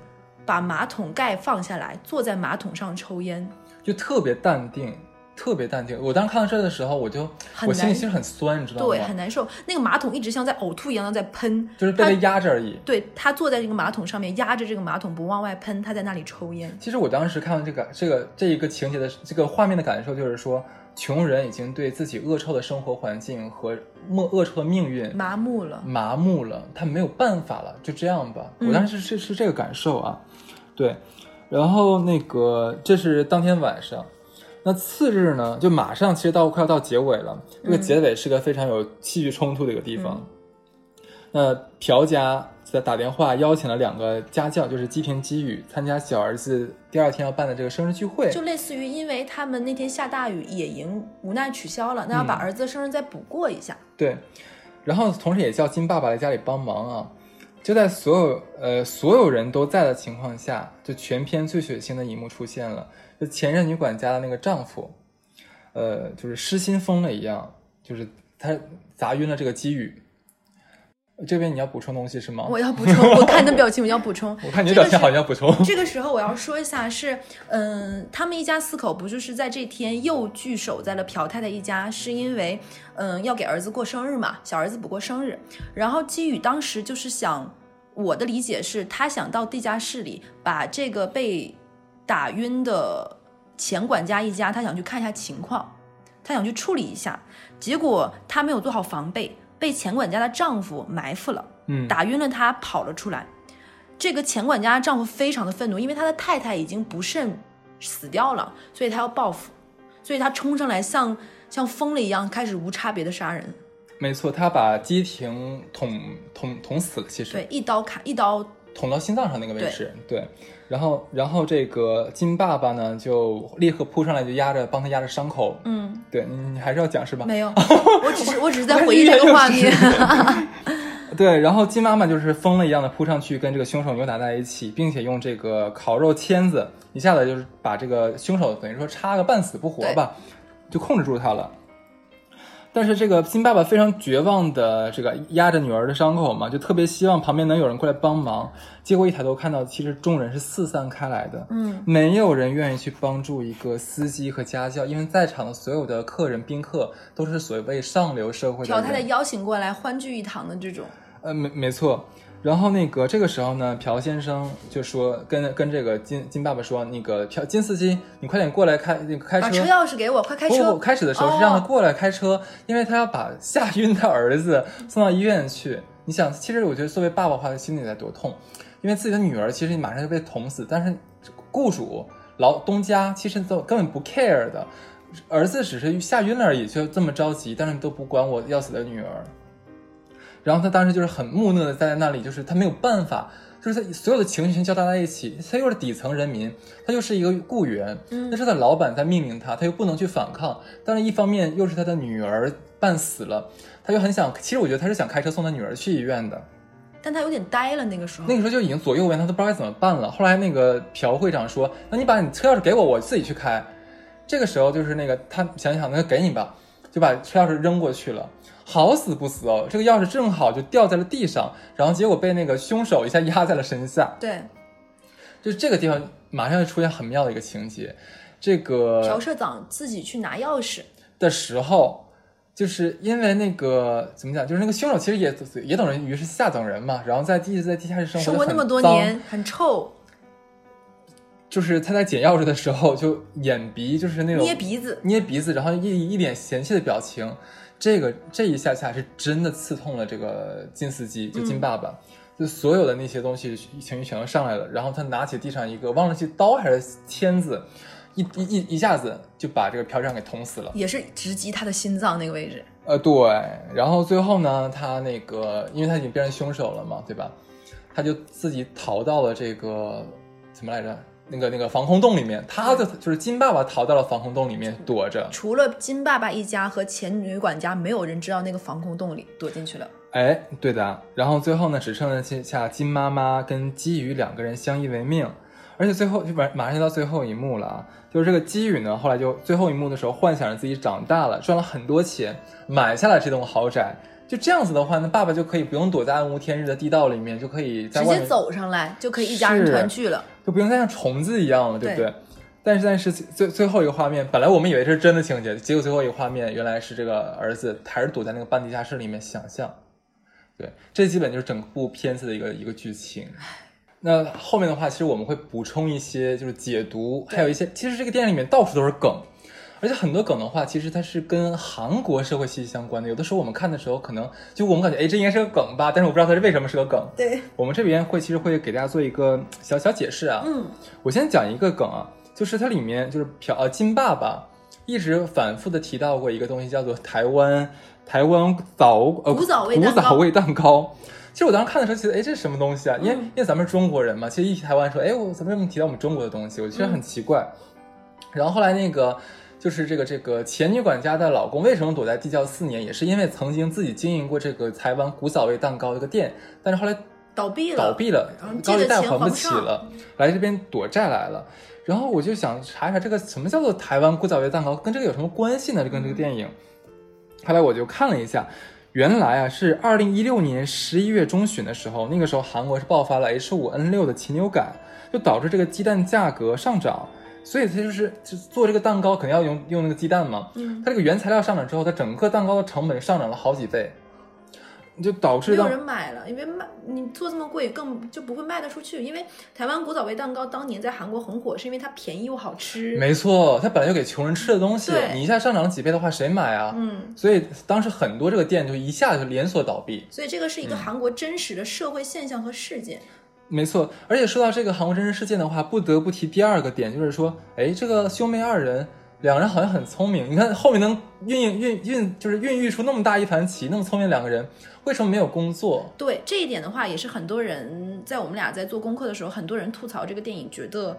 [SPEAKER 1] 把马桶盖放下来，坐在马桶上抽烟，
[SPEAKER 2] 就特别淡定，特别淡定。我当时看到这儿的时候，我就
[SPEAKER 1] 很
[SPEAKER 2] 我心里
[SPEAKER 1] 难
[SPEAKER 2] 其实很酸，你知道
[SPEAKER 1] 对，很
[SPEAKER 2] 吗？
[SPEAKER 1] 难受。那个马桶一直像在呕吐一样的在喷，
[SPEAKER 2] 就是被被压着而已。
[SPEAKER 1] 对他坐在这个马桶上面，压着这个马桶不往外喷，他在那里抽烟。
[SPEAKER 2] 其实我当时看到这个这个这一个情节的这个画面的感受，就是说，穷人已经对自己恶臭的生活环境和恶恶臭的命运
[SPEAKER 1] 麻木了，
[SPEAKER 2] 麻木了，他没有办法了，就这样吧。
[SPEAKER 1] 嗯
[SPEAKER 2] 我当时是是这个感受啊，对。然后那个这是当天晚上，那次日呢，就马上其实到快要到结尾了，
[SPEAKER 1] 嗯
[SPEAKER 2] 这个结尾是个非常有戏剧冲突的一个地方。那朴家在子打电话邀请了两个家教，就是基平基宇，参加小儿子第二天要办的这个生日聚会。
[SPEAKER 1] 就类似于，因为他们那天下大雨，野营无奈取消了，那要把
[SPEAKER 2] 嗯
[SPEAKER 1] 儿子的生日再补过一下。
[SPEAKER 2] 对，然后同时也叫金爸爸来家里帮忙啊。就在所有呃所有人都在的情况下，就全片最血腥的一幕出现了，就前任女管家的那个丈夫，呃，就是失心疯了一样，就是他砸晕了这个基宇。这边你要补充东西是吗？
[SPEAKER 1] 我要补充，我看你的表情，我要补充。
[SPEAKER 2] 我看你的表情好像要补充。
[SPEAKER 1] 这个时候我要说一下是，嗯、他们一家四口不就是在这天又聚首在了朴太太一家，是因为，嗯、要给儿子过生日嘛，小儿子不过生日，然后基宇当时就是想，我的理解是他想到地下室里把这个被打晕的前管家一家，他想去看一下情况，他想去处理一下，结果他没有做好防备，被前管家的丈夫埋伏了。
[SPEAKER 2] 嗯，
[SPEAKER 1] 打晕了他，跑了出来。这个前管家的丈夫非常的愤怒，因为他的太太已经不慎死掉了，所以他要报复，所以他冲上来像像疯了一样，开始无差别的杀人，
[SPEAKER 2] 没错，他把基廷捅捅捅死了，其实
[SPEAKER 1] 对，一刀砍，一刀，
[SPEAKER 2] 捅到心脏上那个位置，对。然后，然后这个金爸爸呢，就立刻扑上来，就压着帮他压着伤口。
[SPEAKER 1] 嗯，
[SPEAKER 2] 对你，你还是要讲是吧？
[SPEAKER 1] 没 有，我只是我只是在回忆这个画面，
[SPEAKER 2] 对，然后金妈妈就是疯了一样的扑上去，跟这个凶手扭打在一起，并且用这个烤肉签子一下子就是把这个凶手等于说插个半死不活吧，就控制住他了。但是这个金爸爸非常绝望的这个压着女儿的伤口嘛，就特别希望旁边能有人过来帮忙。结果一抬头看到，其实众人是四散开来的，
[SPEAKER 1] 嗯，
[SPEAKER 2] 没有人愿意去帮助一个司机和家教，因为在场的所有的客人宾客都是所谓上流社会的
[SPEAKER 1] 朴
[SPEAKER 2] 人。
[SPEAKER 1] 太太邀请过来欢聚一堂的这种，
[SPEAKER 2] 呃，没没错。然后那个这个时候呢，朴先生就说跟跟这个金金爸爸说，那个朴金司机，你快点过来开那个开
[SPEAKER 1] 把
[SPEAKER 2] 车
[SPEAKER 1] 车。钥匙给我，快开
[SPEAKER 2] 不不
[SPEAKER 1] 车
[SPEAKER 2] 不，，开始的时候
[SPEAKER 1] 哦
[SPEAKER 2] 是让他过来开车，因为他要把 吓晕的儿子送到医院去。你想，其实我觉得作为爸爸的话，心里得多痛，因为自己的女儿其实马上就被捅死，但是雇主劳东家其实都根本不 care 的，儿子只是吓晕了而已，就这么着急，但是都不管我要死的女儿。然后他当时就是很木讷的站在那里，就是他没有办法，就是他所有的情绪全交杂在一起。他又是底层人民，他又是一个雇员，
[SPEAKER 1] 嗯
[SPEAKER 2] 那是他的老板在命令他，他又不能去反抗。但是一方面又是他的女儿半死了，他又很想，其实我觉得他是想开车送他女儿去医院的。
[SPEAKER 1] 但他有点呆了那个时候
[SPEAKER 2] 那，个时候就已经左右为难，他都不知道该怎么办了。后来那个朴会长说：“那你把你车钥匙给我，我自己去开。”这个时候就是那个他想一想，那就给你吧，就把车钥匙扔过去了。好死不死哦，这个钥匙正好就掉在了地上，然后结果被那个凶手一下压在了身下。
[SPEAKER 1] 对，
[SPEAKER 2] 就这个地方马上就出现很妙的一个情节，这个
[SPEAKER 1] 朴社长自己去拿钥匙，
[SPEAKER 2] 的时候，就是因为那个怎么讲，就是那个凶手其实也也等人于是下等人嘛，然后在一直在地下室生活，
[SPEAKER 1] 生活那么多，年，很臭，
[SPEAKER 2] 就是他在捡钥匙的时候就眼鼻就是那种
[SPEAKER 1] 捏鼻子，
[SPEAKER 2] 捏鼻子，然后一一脸嫌弃的表情，这个这一下下是真的刺痛了这个金司机，
[SPEAKER 1] 嗯
[SPEAKER 2] 就金爸爸。就所有的那些东西情绪全都上来了，然后他拿起地上一个忘了是刀还是签子，一一一一下子就把这个朴站给捅死了。
[SPEAKER 1] 也是直击他的心脏那个位置。
[SPEAKER 2] 呃，对，然后最后呢，他那个，因为他已经变成凶手了嘛，对吧？他就自己逃到了这个怎么来着？那个那个防空洞里面，他的就是金爸爸逃到了防空洞里面躲着。
[SPEAKER 1] 除了金爸爸一家和前女管家，没有人知道那个防空洞里躲进去了。
[SPEAKER 2] 哎，对的。然后最后呢，只剩了下金妈妈跟基宇两个人相依为命。而且最后就马马上就到最后一幕了啊，就是这个基宇呢，后来就最后一幕的时候幻想着自己长大了，赚了很多钱，买下了这栋豪宅。就这样子的话，那爸爸就可以不用躲在暗无天日的地道里面，就可以在
[SPEAKER 1] 直
[SPEAKER 2] 外
[SPEAKER 1] 接
[SPEAKER 2] 面
[SPEAKER 1] 走上来就可以一家人
[SPEAKER 2] 是
[SPEAKER 1] 团聚了。
[SPEAKER 2] 就不用再像虫子一样了，对不
[SPEAKER 1] 对
[SPEAKER 2] 对？但是但是最最后一个画面，本来我们以为这是真的情节，结果最后一个画面原来是这个儿子还是躲在那个半地下室里面想象。对，这基本就是整部片子的一个一个剧情。那后面的话，其实我们会补充一些就是解读，还有一些其实这个电影里面到处都是梗，而且很多梗的话，其实它是跟韩国社会息息相关的。有的时候我们看的时候，可能就我们感觉哎这应该是个梗吧，但是我不知道它是为什么是个梗。
[SPEAKER 1] 对，
[SPEAKER 2] 我们这边会其实会给大家做一个嗯小小解释啊。
[SPEAKER 1] 嗯，
[SPEAKER 2] 我先讲一个梗啊，就是它里面就是朴呃金爸爸一直反复的提到过一个东西，叫做台湾台湾枣呃
[SPEAKER 1] 古早味
[SPEAKER 2] 古
[SPEAKER 1] 蛋糕
[SPEAKER 2] 早味蛋糕。其实我当时看的时候，觉得哎，这是什么东西啊？因为、
[SPEAKER 1] 嗯
[SPEAKER 2] 因为咱们是中国人嘛，其实一提台湾说，哎，我怎么这么提到我们中国的东西？我觉得很奇怪。
[SPEAKER 1] 嗯
[SPEAKER 2] 然后后来那个就是这个这个前女管家的老公为什么躲在地窖四年，也是因为曾经自己经营过这个台湾古早味蛋糕这个店，但是后来
[SPEAKER 1] 倒闭了，
[SPEAKER 2] 倒闭了
[SPEAKER 1] 然后，
[SPEAKER 2] 高
[SPEAKER 1] 借
[SPEAKER 2] 利
[SPEAKER 1] 的
[SPEAKER 2] 贷
[SPEAKER 1] 钱
[SPEAKER 2] 还
[SPEAKER 1] 还不
[SPEAKER 2] 不起
[SPEAKER 1] 上
[SPEAKER 2] 了，来这边躲债来了。然后我就想查一查这个什么叫做台湾古早味蛋糕，跟这个有什么关系呢？就跟
[SPEAKER 1] 嗯
[SPEAKER 2] 这个电影。后来我就看了一下，原来啊是二零一六年十一月中旬的时候，那个时候韩国是爆发了 H 五 N 六的禽流感，就导致这个鸡蛋价格上涨。所以它就是就做这个蛋糕，肯定要用用那个鸡蛋嘛。
[SPEAKER 1] 嗯，
[SPEAKER 2] 它这个原材料上涨之后，它整个蛋糕的成本上涨了好几倍，就导致
[SPEAKER 1] 没有
[SPEAKER 2] 到
[SPEAKER 1] 人买了，因为卖你做这么贵，更就不会卖得出去。因为台湾古早味蛋糕当年在韩国很火，是因为它便宜又好吃。
[SPEAKER 2] 没错，它本来就给穷人吃的东西，
[SPEAKER 1] 对
[SPEAKER 2] 你一下上涨了几倍的话，谁买啊？
[SPEAKER 1] 嗯，
[SPEAKER 2] 所以当时很多这个店就一下就连锁倒闭。
[SPEAKER 1] 所以这个是一
[SPEAKER 2] 嗯
[SPEAKER 1] 个韩国真实的社会现象和事件。
[SPEAKER 2] 没错，而且说到这个韩国真实事件的话，不得不提第二个点，就是说，哎，这个兄妹二人，两人好像很聪明。你看后面能孕孕孕，就是孕育出那么大一盘棋，那么聪明两个人，为什么没有工作？
[SPEAKER 1] 对这一点的话，也是很多人在我们俩在做功课的时候，很多人吐槽这个电影觉得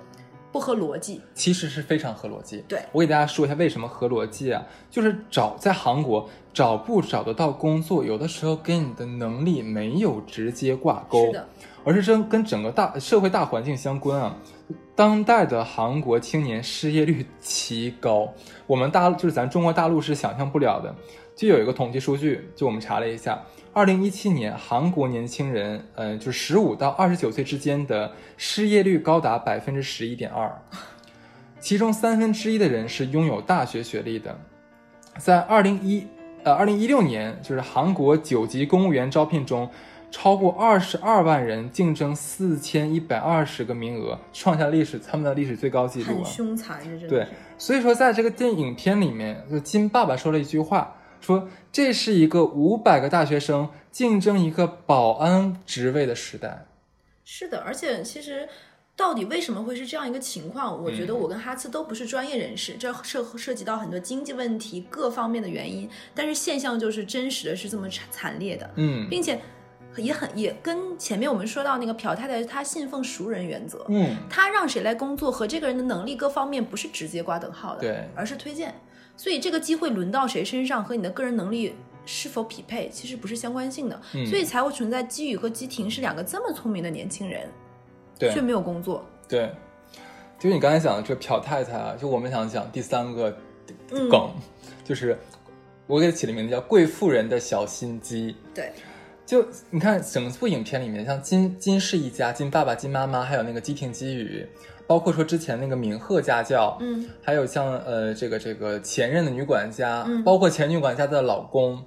[SPEAKER 1] 不合逻辑。
[SPEAKER 2] 其实是非常合逻辑。
[SPEAKER 1] 对
[SPEAKER 2] 我给大家说一下为什么合逻辑啊，就是找在韩国找不找得到工作，有的时候跟你的能力没有直接挂钩，
[SPEAKER 1] 是的，
[SPEAKER 2] 而是真跟整个大社会大环境相关啊。当代的韩国青年失业率奇高，我们大就是咱中国大陆是想象不了的。就有一个统计数据，就我们查了一下，二零一七年韩国年轻人，呃，就是十五到二十九岁之间的失业率高达百分之十一点二，其中三分之一的人是拥有大学学历的。在二零一呃二零一六年，就是韩国九级公务员招聘中，超过二十二万人竞争四千一百二十个名额，创下历史他们的历史最高纪录
[SPEAKER 1] 很
[SPEAKER 2] 啊！
[SPEAKER 1] 凶残，这真的
[SPEAKER 2] 对
[SPEAKER 1] 是，
[SPEAKER 2] 所以说，在这个电影片里面，就金爸爸说了一句话，说这是一个五百个大学生竞争一个保安职位的时代。
[SPEAKER 1] 是的，而且其实到底为什么会是这样一个情况？我觉
[SPEAKER 2] 嗯
[SPEAKER 1] 得我跟哈茨都不是专业人士，这涉涉及到很多经济问题各方面的原因，但是现象就是真实的是这么惨惨烈的，
[SPEAKER 2] 嗯
[SPEAKER 1] 并且也很也跟前面我们说到那个朴太太，她信奉熟人原则。
[SPEAKER 2] 嗯，
[SPEAKER 1] 她让谁来工作和这个人的能力各方面不是直接挂等号的，
[SPEAKER 2] 对
[SPEAKER 1] 而是推荐。所以这个机会轮到谁身上和你的个人能力是否匹配，其实不是相关性的，
[SPEAKER 2] 嗯
[SPEAKER 1] 所以才会存在基宇和基廷是两个这么聪明的年轻人，
[SPEAKER 2] 对
[SPEAKER 1] 却没有工作。
[SPEAKER 2] 对，就是你刚才讲的这个朴太太啊，就我们想讲第三个
[SPEAKER 1] 嗯
[SPEAKER 2] 梗，就是我给起的名字叫“贵妇人的小心机”。
[SPEAKER 1] 对，
[SPEAKER 2] 就你看整部影片里面，像金金氏一家、金爸爸、金妈妈，还有那个基廷基宇，包括说之前那个敏赫家教，
[SPEAKER 1] 嗯，
[SPEAKER 2] 还有像呃这个这个前任的女管家，
[SPEAKER 1] 嗯
[SPEAKER 2] 包括前女管家的老公，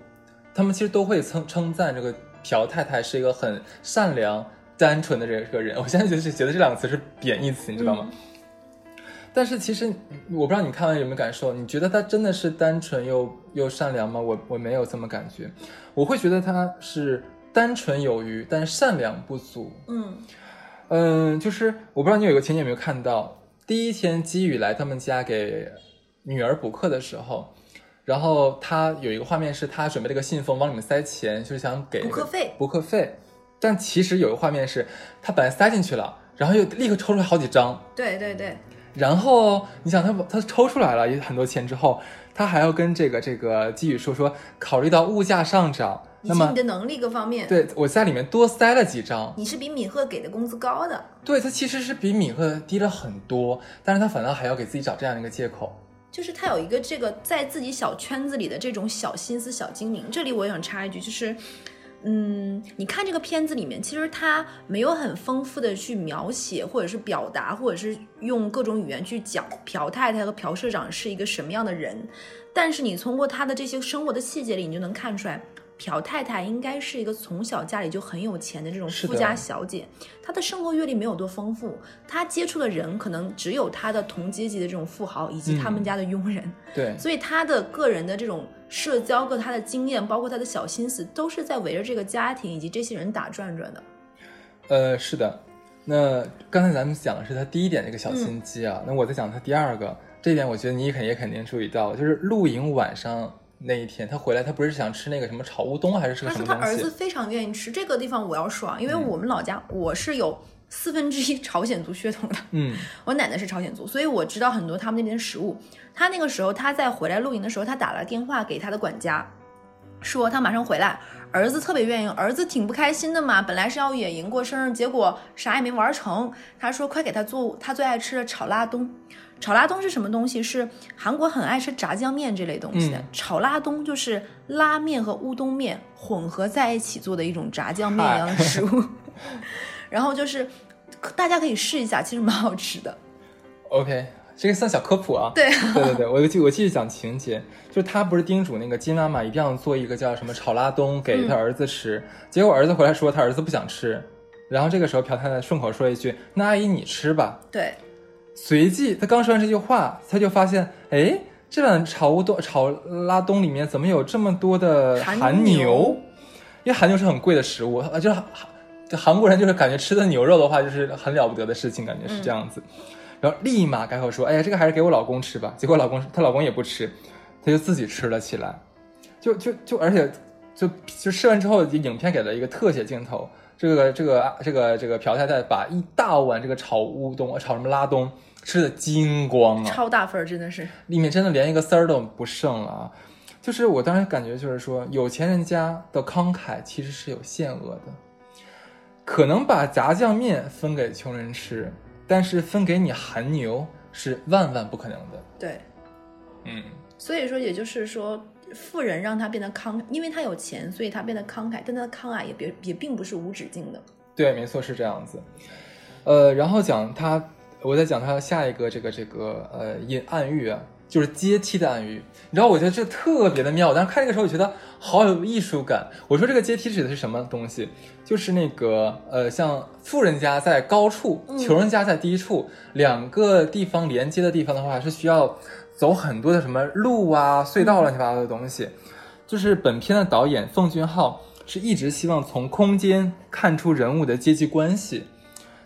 [SPEAKER 2] 他们其实都会称称赞这个朴太太是一个很善良、单纯的这个人。我 现在就是觉得这两个词是贬义词，你知道吗？但是其实嗯我不知道你看完有没有感受，你觉得她真的是单纯又又善良吗？我我没有这么感觉，我会觉得她是单纯有余，但善良不足。
[SPEAKER 1] 嗯，
[SPEAKER 2] 嗯，就是我不知道你有一个情节有没有看到，第一天基宇来他们家给女儿补课的时候，然后他有一个画面是他准备了个信封往里面塞钱，就是想给
[SPEAKER 1] 补
[SPEAKER 2] 那个
[SPEAKER 1] 课费
[SPEAKER 2] 补课费，但其实有一个画面是他本来塞进去了，然后又立刻抽出来好几张，
[SPEAKER 1] 对对对，
[SPEAKER 2] 然后你想他把他抽出来了也很多钱之后，他还要跟这个这个基宇说说，考虑到物价上涨，
[SPEAKER 1] 以
[SPEAKER 2] 那
[SPEAKER 1] 及
[SPEAKER 2] 么
[SPEAKER 1] 你的能力各方面，
[SPEAKER 2] 对我在里面多塞了几张，
[SPEAKER 1] 你是比米赫给的工资高的，
[SPEAKER 2] 对，他其实是比米赫低了很多，但是他反倒还要给自己找这样一个借口。
[SPEAKER 1] 就是他有一个这个在自己小圈子里的这种小心思、小精灵。这里我也想插一句，就是，嗯，你看这个片子里面，其实他没有很丰富的去描写，或者是表达，或者是用各种语言去讲朴太太和朴社长是一个什么样的人。但是你通过他的这些生活的细节里，你就能看出来。朴太太应该是一个从小家里就很有钱的这种
[SPEAKER 2] 是的
[SPEAKER 1] 富家小姐，她的生活阅历没有多丰富，她接触的人可能只有她的同阶级的这种富豪以及他们
[SPEAKER 2] 嗯
[SPEAKER 1] 家的佣人，
[SPEAKER 2] 对，
[SPEAKER 1] 所以他的个人的这种社交和他的经验，包括他的小心思，都是在围着这个家庭以及这些人打转转的。
[SPEAKER 2] 呃，
[SPEAKER 1] 嗯
[SPEAKER 2] 是的。那刚才咱们讲的是他第一点这个小心机啊，那我再讲他第二个，这一点我觉得你肯也肯定注意到，就是露营晚上那一天，他回来他不是想吃那个什么炒乌冬还是是个
[SPEAKER 1] 但
[SPEAKER 2] 什
[SPEAKER 1] 啊是
[SPEAKER 2] 么
[SPEAKER 1] 他
[SPEAKER 2] 东
[SPEAKER 1] 儿子
[SPEAKER 2] 西？
[SPEAKER 1] 非常愿意吃这个地方，我要说啊，因为
[SPEAKER 2] 嗯
[SPEAKER 1] 我们老家我是有四分之一朝鲜族血统的，
[SPEAKER 2] 嗯
[SPEAKER 1] 我奶奶是朝鲜族，所以我知道很多他们那边的食物。他那个时候他在回来露营的时候，他打了电话给他的管家，说他马上回来。儿子特别愿意，儿子挺不开心的嘛，本来是要野营过生日，结果啥也没玩成。他说快给他做他最爱吃的炒拉冬。炒拉冬是什么东西？是韩国很爱吃炸酱面这类东西的。
[SPEAKER 2] 嗯
[SPEAKER 1] 炒拉冬就是拉面和乌冬面混合在一起做的一种炸酱面一样的食物。 然后就是大家可以试一下，其实蛮好吃的。
[SPEAKER 2] ，OK，这个算小科 普啊。
[SPEAKER 1] 对，
[SPEAKER 2] 对对对，我继我继续讲情节，就是他不是叮嘱那个金妈妈一定要做一个叫什么炒拉冬
[SPEAKER 1] 嗯
[SPEAKER 2] 给他儿子吃，结果儿子回来说他儿子不想吃，然后这个时候朴太太顺口说一句：“那阿姨你吃吧。
[SPEAKER 1] 对，”
[SPEAKER 2] 随即他刚说完这句话，他就发现，哎，这碗炒乌冬炒拉冬里面怎么有这么多的
[SPEAKER 1] 韩
[SPEAKER 2] 韩
[SPEAKER 1] 牛
[SPEAKER 2] 牛？因为韩牛是很贵的食物，呃，就是韩就韩国人就是感觉吃的牛肉的话，就是很了不得的事情，感觉
[SPEAKER 1] 嗯
[SPEAKER 2] 是这样子。然后立马改口说：“哎呀，这个还是给我老公吃吧。”结果老公她老公也不吃，她就自己吃了起来。就就就，而且就就吃完之后，影片给了一个特写镜头，这个这个 这个这个朴太太把一大碗这个炒乌冬、炒什么拉冬吃的精光啊！
[SPEAKER 1] 超大份儿，真的是。
[SPEAKER 2] 里面真的连一个丝儿都不剩了啊！就是我当时感觉就是说，有钱人家的慷慨其实是有限额的，可能把炸酱面分给穷人吃，但是分给你韩牛是万万不可能的。
[SPEAKER 1] 对，
[SPEAKER 2] 嗯，
[SPEAKER 1] 所以说也就是说，富人让他变得慷，因为他有钱，所以他变得慷慨，但他的慷慨也别也并不是无止境的。
[SPEAKER 2] 对，没错是这样子。呃，然后讲他，我再讲他下一个这个这个呃隐暗喻啊，就是阶梯的暗喻。你知道，我觉得这特别的妙。我当时看这个时候，我觉得好有艺术感。我说这个阶梯指的是什么东西？就是那个呃，像富人家在高处，
[SPEAKER 1] 嗯
[SPEAKER 2] 穷人家在低处，两个地方连接的地方的话，是需要走很多的什么路啊、隧道乱七八糟的东西。就是本片的导演奉俊昊是一直希望从空间看出人物的阶级关系，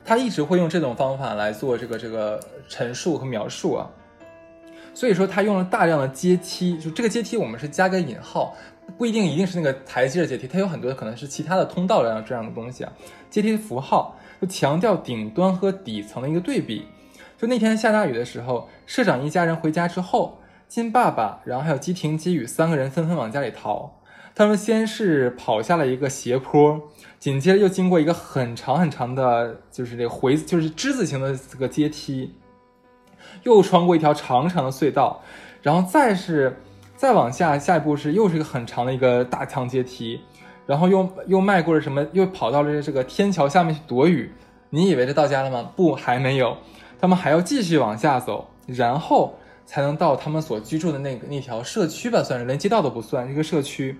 [SPEAKER 2] 他一直会用这种方法来做这个这个陈述和描述啊。所以说他用了大量的阶梯，就这个阶梯我们是加个引号，不一定一定是那个台阶的阶梯，它有很多可能是其他的通道这样这样的东西啊。阶梯符号就强调顶端和底层的一个对比。就那天下大雨的时候，社长一家人回家之后，金爸爸，然后还有基廷、基宇三个人纷纷往家里逃。他们先是跑下了一个斜坡，紧接着又经过一个很长很长的，就是这个回就是之字形的这个阶梯，又穿过一条长长的隧道，然后再是再往下，下一步是又是一个很长的一个大长阶梯，然后又又迈过了什么，又跑到了这个天桥下面去躲雨。你以为这到家了吗？不，还没有，他们还要继续往下走，然后才能到他们所居住的那个那条社区吧，算是连街道都不算，一个社区。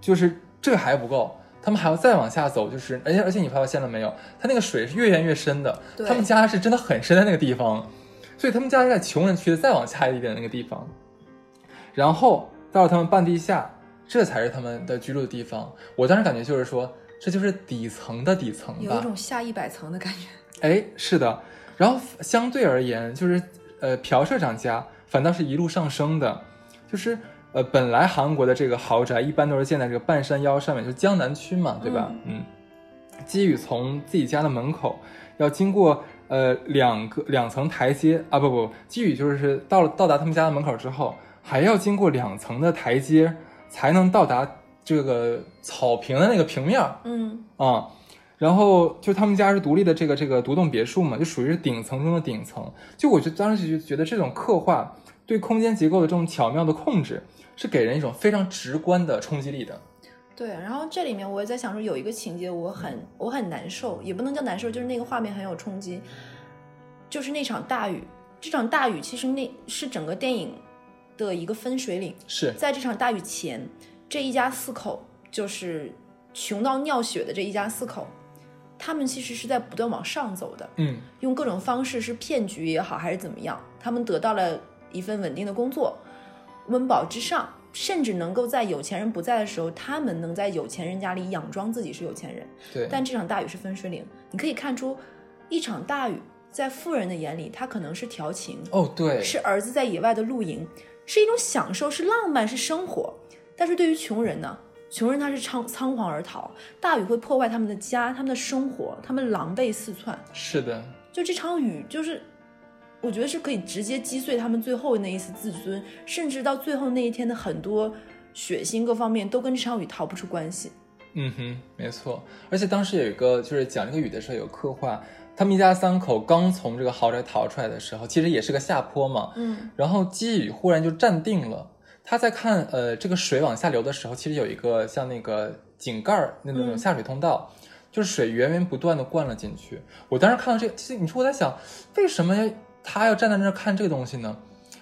[SPEAKER 2] 就是这还不够，他们还要再往下走，就是而且而且你发现了没有，他那个水是越淹越深的，
[SPEAKER 1] 对
[SPEAKER 2] 他们家是真的很深的那个地方，所以他们家是在穷人区的再往下一点的那个地方，然后到了他们半地下，这才是他们的居住的地方。我当时感觉就是说，这就是底层的底层吧，
[SPEAKER 1] 有一种下一百层的感觉。
[SPEAKER 2] 哎，是的。然后相对而言，就是呃，朴社长家反倒是一路上升的，就是呃，本来韩国的这个豪宅一般都是建在这个半山腰上面，就是江南区嘛，对吧？嗯。基宇从自己家的门口要经过呃两个两层台阶啊，不不，基宇就是到了到达他们家的门口之后，还要经过两层的台阶才能到达这个草坪的那个平面儿。
[SPEAKER 1] 嗯，
[SPEAKER 2] 啊、然后就他们家是独立的这个这个独栋别墅嘛，就属于是顶层中的顶层。就我就当时就觉得这种刻画对空间结构的这种巧妙的控制，是给人一种非常直观的冲击力的。
[SPEAKER 1] 对。然后这里面我也在想说，有一个情节我很我很难受，也不能叫难受，就是那个画面很有冲击，就是那场大雨。这场大雨其实那是整个电影的一个分水岭。
[SPEAKER 2] 是，
[SPEAKER 1] 在这场大雨前，这一家四口就是穷到尿血的这一家四口，他们其实是在不断往上走的，
[SPEAKER 2] 嗯，
[SPEAKER 1] 用各种方式是骗局也好，还是怎么样，他们得到了一份稳定的工作，温饱之上，甚至能够在有钱人不在的时候，他们能在有钱人家里佯装自己是有钱人。
[SPEAKER 2] 对，
[SPEAKER 1] 但这场大雨是分水岭，你可以看出，一场大雨
[SPEAKER 3] 在富人的眼里，他可能是调情，
[SPEAKER 2] 哦，对，
[SPEAKER 3] 是儿子在野外的露营，是一种享受，是浪漫，是生活。但是对于穷人呢，穷人他是仓仓皇而逃，大雨会破坏他们的家、他们的生活，他们狼狈四窜。
[SPEAKER 2] 是的，
[SPEAKER 3] 就这场雨，就是我觉得是可以直接击碎他们最后那一丝自尊，甚至到最后那一天的很多血腥各方面都跟这场雨逃不出关系。
[SPEAKER 2] 嗯哼，没错。而且当时有一个就是讲这个雨的时候有刻画，他们一家三口刚从这个豪宅逃出来的时候，其实也是个下坡嘛，
[SPEAKER 3] 嗯，
[SPEAKER 2] 然后基宇忽然就站定了，他在看呃这个水往下流的时候，其实有一个像那个井盖儿那种
[SPEAKER 3] 嗯
[SPEAKER 2] 下水通道，就是水源源不断的灌了进去。我当时看到这个，其实你说我在想，为什么要他要站在那儿看这个东西呢？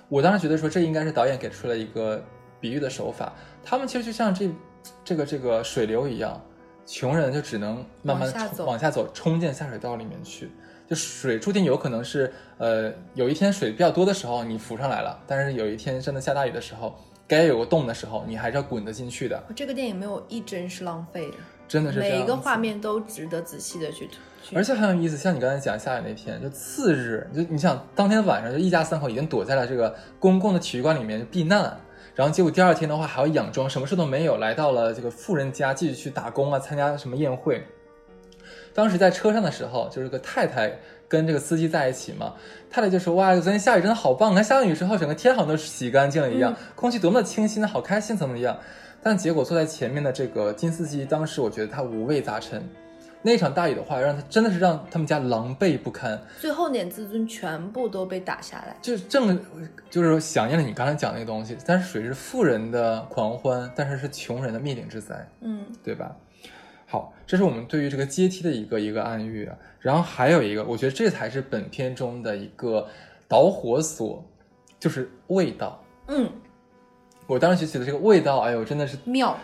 [SPEAKER 2] 我当时觉得说这应该是导演给出了一个比喻的手法，他们其实就像这这个这个水流一样，穷人就只能慢慢
[SPEAKER 1] 往下走
[SPEAKER 2] 冲往下走，冲进下水道里面去。就水注定有可能是，呃，有一天水比较多的时候你浮上来了，但是有一天真的下大雨的时候，该有个洞的时候，你还是要滚得进去的，
[SPEAKER 3] 这个电影没有一帧是浪费的，
[SPEAKER 2] 真的是这
[SPEAKER 3] 每
[SPEAKER 2] 样子。
[SPEAKER 3] 一个画面都值得仔细的去去。
[SPEAKER 2] 而且很有意思，像你刚才讲下雨那天，就次日，就你想当天晚上就一家三口已经躲在了这个公共的体育馆里面避难，然后结果第二天的话还要佯装什么事都没有，来到了这个富人家继续去打工啊，参加什么宴会。当时在车上的时候，就是个太太跟这个司机在一起嘛，太太就说：“哇，昨天下雨真的好棒！你看啊下完雨之后，整个天好像都洗干净了一样，空气多么的清新，啊好开心，怎么样？”但结果坐在前面的这个金司机，当时我觉得他五味杂陈。那场大雨的话，让他真的是让他们家狼狈不堪，
[SPEAKER 3] 最后那点自尊全部都被打下来。
[SPEAKER 2] 就是正就是响应了你刚才讲那个东西，但是属于是富人的狂欢，但是是穷人的灭顶之灾。
[SPEAKER 3] 嗯，
[SPEAKER 2] 对吧？好，这是我们对于这个阶梯的一个一个暗喻啊。然后还有一个，我觉得这才是本片中的一个导火索，就是味道。
[SPEAKER 3] 嗯，
[SPEAKER 2] 我当时就觉得这个味道，哎呦，真的是
[SPEAKER 3] 妙，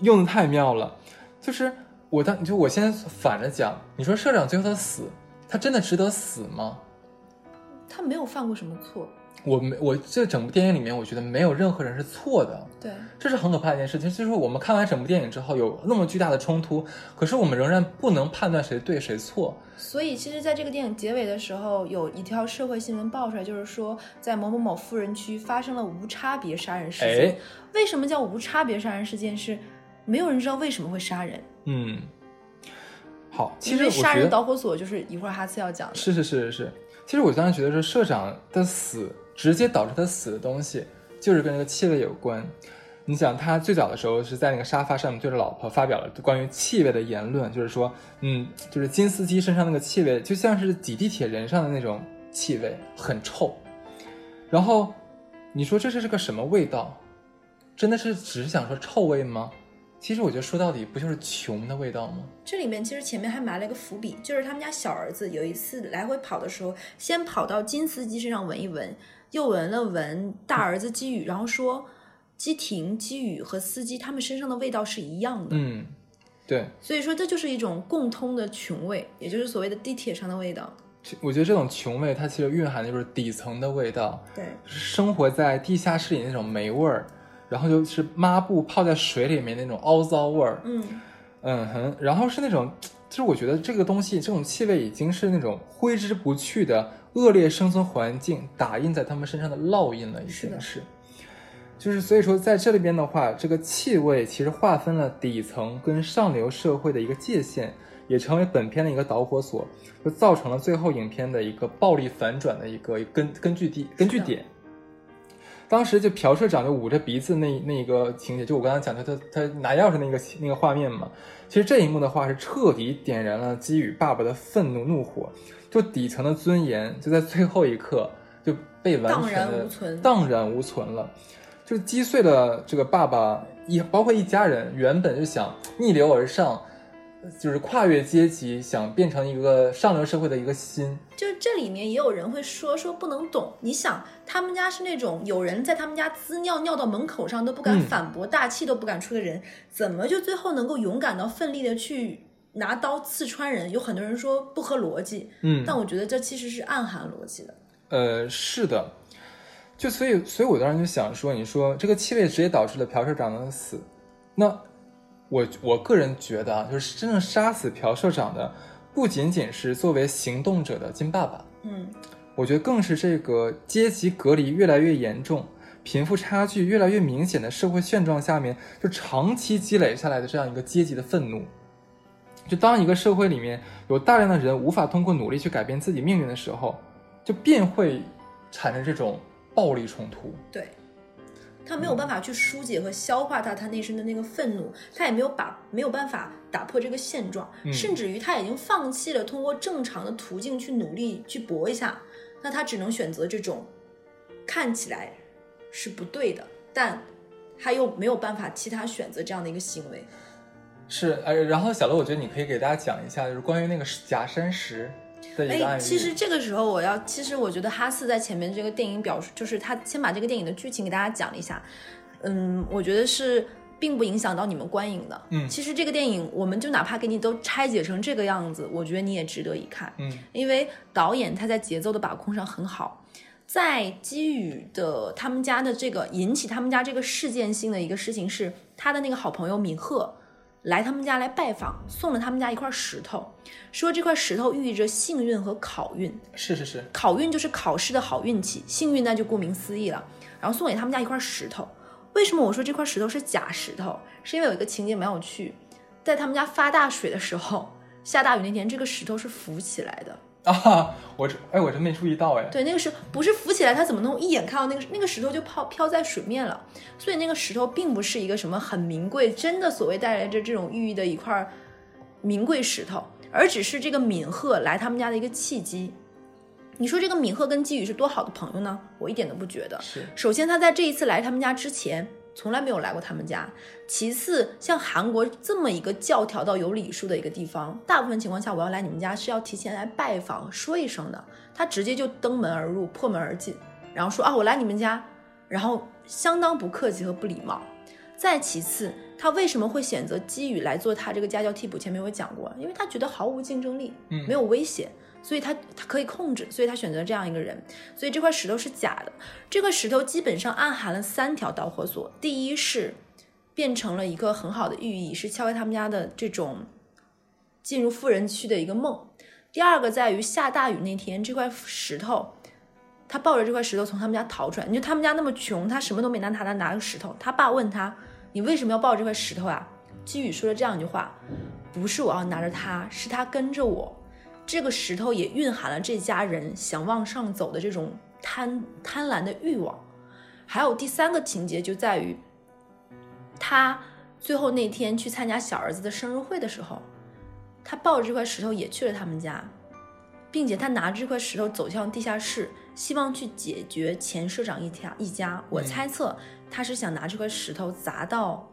[SPEAKER 2] 用的太妙了。就是我当就我先反着讲，你说社长最后的死，他真的值得死吗？
[SPEAKER 3] 他没有犯过什么错。
[SPEAKER 2] 我没，我这整部电影里面，我觉得没有任何人是错的。
[SPEAKER 3] 对，
[SPEAKER 2] 这是很可怕的一件事情，就是我们看完整部电影之后有那么巨大的冲突，可是我们仍然不能判断谁对谁错。
[SPEAKER 3] 所以其实，在这个电影结尾的时候，有一条社会新闻爆出来，就是说在某某某富人区发生了无差别杀人事件。
[SPEAKER 2] 哎，
[SPEAKER 3] 为什么叫无差别杀人事件？是没有人知道为什么会杀人。
[SPEAKER 2] 嗯，好，其
[SPEAKER 3] 因
[SPEAKER 2] 实我
[SPEAKER 3] 为杀
[SPEAKER 2] 觉
[SPEAKER 3] 人
[SPEAKER 2] 得
[SPEAKER 3] 导火索就是一会儿哈斯要讲的。
[SPEAKER 2] 是是是是是，其实我当时觉得说社长的死直接导致他死的东西，就是跟这个气味有关。你想，他最早的时候是在那个沙发上面对着老婆发表了关于气味的言论，就是说，嗯，就是金司机身上那个气味，就像是挤地铁人上的那种气味，很臭。然后你说这是个什么味道？真的是只是想说臭味吗？其实我觉得说到底不就是穷的味道吗？
[SPEAKER 1] 这里面其实前面还埋了一个伏笔，就是他们家小儿子有一次来回跑的时候，先跑到金司机身上闻一闻，又闻了闻大儿子基宇，然后说基廷、基宇和司机他们身上的味道是一样的，
[SPEAKER 2] 嗯，对，
[SPEAKER 1] 所以说这就是一种共通的穷味，也就是所谓的地铁上的味道。
[SPEAKER 2] 这我觉得这种穷味，它其实蕴含的就是底层的味道，
[SPEAKER 1] 对，
[SPEAKER 2] 就是生活在地下室里那种霉味儿，然后就是抹布泡在水里面那种凹糟味儿，
[SPEAKER 1] 嗯，
[SPEAKER 2] 嗯哼，然后是那种，就是我觉得这个东西，这种气味已经是那种挥之不去的恶劣生存环境打印在他们身上的烙印了，已
[SPEAKER 1] 是
[SPEAKER 2] 经
[SPEAKER 1] 的
[SPEAKER 2] 是。就是所以说，在这里边的话，这个气味其实划分了底层跟上流社会的一个界限，也成为本片的一个导火索，就造成了最后影片的一个暴力反转的一个根根据地根据
[SPEAKER 1] 是的
[SPEAKER 2] 点。当时就朴社长就捂着鼻子那那一个情节，就我刚刚讲的，他他拿钥匙那个那个画面嘛，其实这一幕的话是彻底点燃了基宇爸爸的愤怒怒火，就底层的尊严就在最后一刻就被完全
[SPEAKER 1] 荡
[SPEAKER 2] 的
[SPEAKER 1] 然无存
[SPEAKER 2] 荡然无存了，就击碎了这个爸爸也包括一家人原本就想逆流而上，就是跨越阶级，想变成一个上流社会的一个心，
[SPEAKER 1] 就这里面也有人会说说不能懂，你想他们家是那种有人在他们家滋尿尿到门口上都不敢
[SPEAKER 2] 嗯
[SPEAKER 1] 反驳、大气都不敢出的人，怎么就最后能够勇敢到奋力的去拿刀刺穿人？有很多人说不合逻辑，
[SPEAKER 2] 嗯，
[SPEAKER 1] 但我觉得这其实是暗含逻辑的。
[SPEAKER 2] 呃，是的，就所以，所以我当时就想说，你说这个气味直接导致了朴社长的死，那我我个人觉得啊，就是真正杀死朴社长的，不仅仅是作为行动者的金爸爸，
[SPEAKER 1] 嗯
[SPEAKER 2] 我觉得更是这个阶级隔离越来越严重、贫富差距越来越明显的社会现状下面，就长期积累下来的这样一个阶级的愤怒。就当一个社会里面有大量的人无法通过努力去改变自己命运的时候，就便会产生这种暴力冲突。
[SPEAKER 1] 对，他没有办法去疏解和消化他他内心的那个愤怒，他也没有把没有办法打破这个现状，
[SPEAKER 2] 嗯
[SPEAKER 1] 甚至于他已经放弃了通过正常的途径去努力去搏一下，那他只能选择这种看起来是不对的，但他又没有办法其他选择这样的一个行为。
[SPEAKER 2] 是，呃，然后小乐，我觉得你可以给大家讲一下，就是关于那个假山石的一个案
[SPEAKER 1] 哎，
[SPEAKER 2] 例。
[SPEAKER 1] 其实这个时候我要，其实我觉得哈斯在前面这个电影表述，就是他先把这个电影的剧情给大家讲了一下。嗯，我觉得是并不影响到你们观影的。
[SPEAKER 2] 嗯
[SPEAKER 1] 其实这个电影，我们就哪怕给你都拆解成这个样子，我觉得你也值得一看。
[SPEAKER 2] 嗯
[SPEAKER 1] 因为导演他在节奏的把控上很好，在基宇的他们家的这个引起他们家这个事件性的一个事情是，他的那个好朋友米赫来他们家来拜访，送了他们家一块石头，说这块石头寓意着幸运和考运，
[SPEAKER 2] 是是是，
[SPEAKER 1] 考运就是考试的好运气，幸运那就顾名思义了。然后送给他们家一块石头，为什么我说这块石头是假石头？是因为有一个情节蛮有趣，在他们家发大水的时候，下大雨那天，这个石头是浮起来的。
[SPEAKER 2] 啊，我这哎，我真没注意到哎。
[SPEAKER 1] 对，那个时候不是浮起来，他怎么能一眼看到那个那个石头就泡飘在水面了？所以那个石头并不是一个什么很名贵，真的所谓带来着这种寓意的一块儿名贵石头，而只是这个敏赫来他们家的一个契机。你说这个敏赫跟基宇是多好的朋友呢？我一点都不觉得。
[SPEAKER 2] 是，
[SPEAKER 1] 首先，他在这一次来他们家之前，从来没有来过他们家。其次，像韩国这么一个教条到有礼数的一个地方，大部分情况下我要来你们家是要提前来拜访说一声的。他直接就登门而入，破门而进，然后说啊，我来你们家，然后相当不客气和不礼貌。再其次，他为什么会选择基宇来做他这个家教替补？前面我也讲过，因为他觉得毫无竞争力，
[SPEAKER 2] 嗯
[SPEAKER 1] 没有威胁，所以他他可以控制，所以他选择这样一个人。所以这块石头是假的。这块石头基本上暗含了三条导火索：第一是变成了一个很好的寓意，是敲开他们家的这种进入富人区的一个梦；第二个在于下大雨那天，这块石头。他抱着这块石头从他们家逃出来。你说他们家那么穷，他什么都没拿，他拿个石头。他爸问他：“你为什么要抱着这块石头啊？”基宇说了这样一句话：“不是我要拿着它，是它跟着我。”这个石头也蕴含了这家人想往上走的这种贪贪婪的欲望。还有第三个情节就在于，他最后那天去参加小儿子的生日会的时候，他抱着这块石头也去了他们家，并且他拿着这块石头走向地下室，希望去解决前社长一家一家。我
[SPEAKER 2] 嗯
[SPEAKER 1] 猜测他是想拿这块石头砸到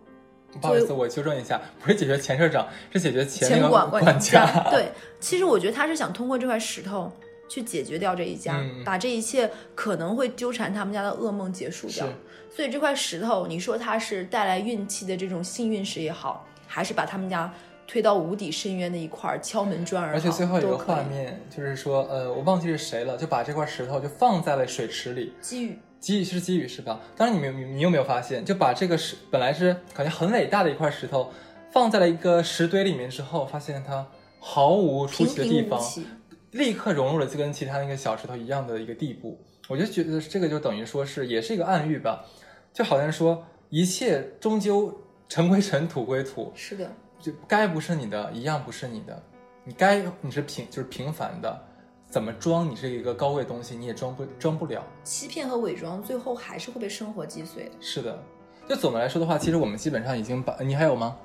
[SPEAKER 2] 不好意思，我纠正一下，不是解决前社长，是解决前那
[SPEAKER 1] 前
[SPEAKER 2] 个
[SPEAKER 1] 管
[SPEAKER 2] 管
[SPEAKER 1] 家
[SPEAKER 2] 家。。
[SPEAKER 1] 对，其实我觉得他是想通过这块石头去解决掉这一家，
[SPEAKER 2] 嗯
[SPEAKER 1] 把这一切可能会纠缠他们家的噩梦结束掉
[SPEAKER 2] 是。
[SPEAKER 1] 所以这块石头，你说它是带来运气的这种幸运石也好，还是把他们家推到无底深渊的一块敲门砖儿好，
[SPEAKER 2] 而且最后有
[SPEAKER 1] 都
[SPEAKER 2] 个
[SPEAKER 1] 可
[SPEAKER 2] 画
[SPEAKER 1] 以。
[SPEAKER 2] 面， 就是说，呃，我忘记是谁了，就把这块石头就放在了水池里。
[SPEAKER 1] 基于
[SPEAKER 2] 基宇是基宇是吧？当然你，们你你有没有发现，就把这个石本来是感觉很伟大的一块石头，放在了一个石堆里面之后，发现它毫无出
[SPEAKER 1] 平
[SPEAKER 2] 奇的地
[SPEAKER 1] 平无
[SPEAKER 2] 方，
[SPEAKER 1] 奇，
[SPEAKER 2] 立刻融入了就跟其他那个小石头一样的一个地步。我就觉得这个就等于说是也是一个暗喻吧，就好像说一切终究尘归尘，土归土，
[SPEAKER 1] 是的，
[SPEAKER 2] 就该不是你的，一样不是你的。你该你是平就是平凡的，怎么装你是一个高贵的东西，你也装不装不了。
[SPEAKER 1] 欺骗和伪装最后还是会被生活击碎的。
[SPEAKER 2] 是的，就总的来说的话，其实我们基本上已经把你还有吗？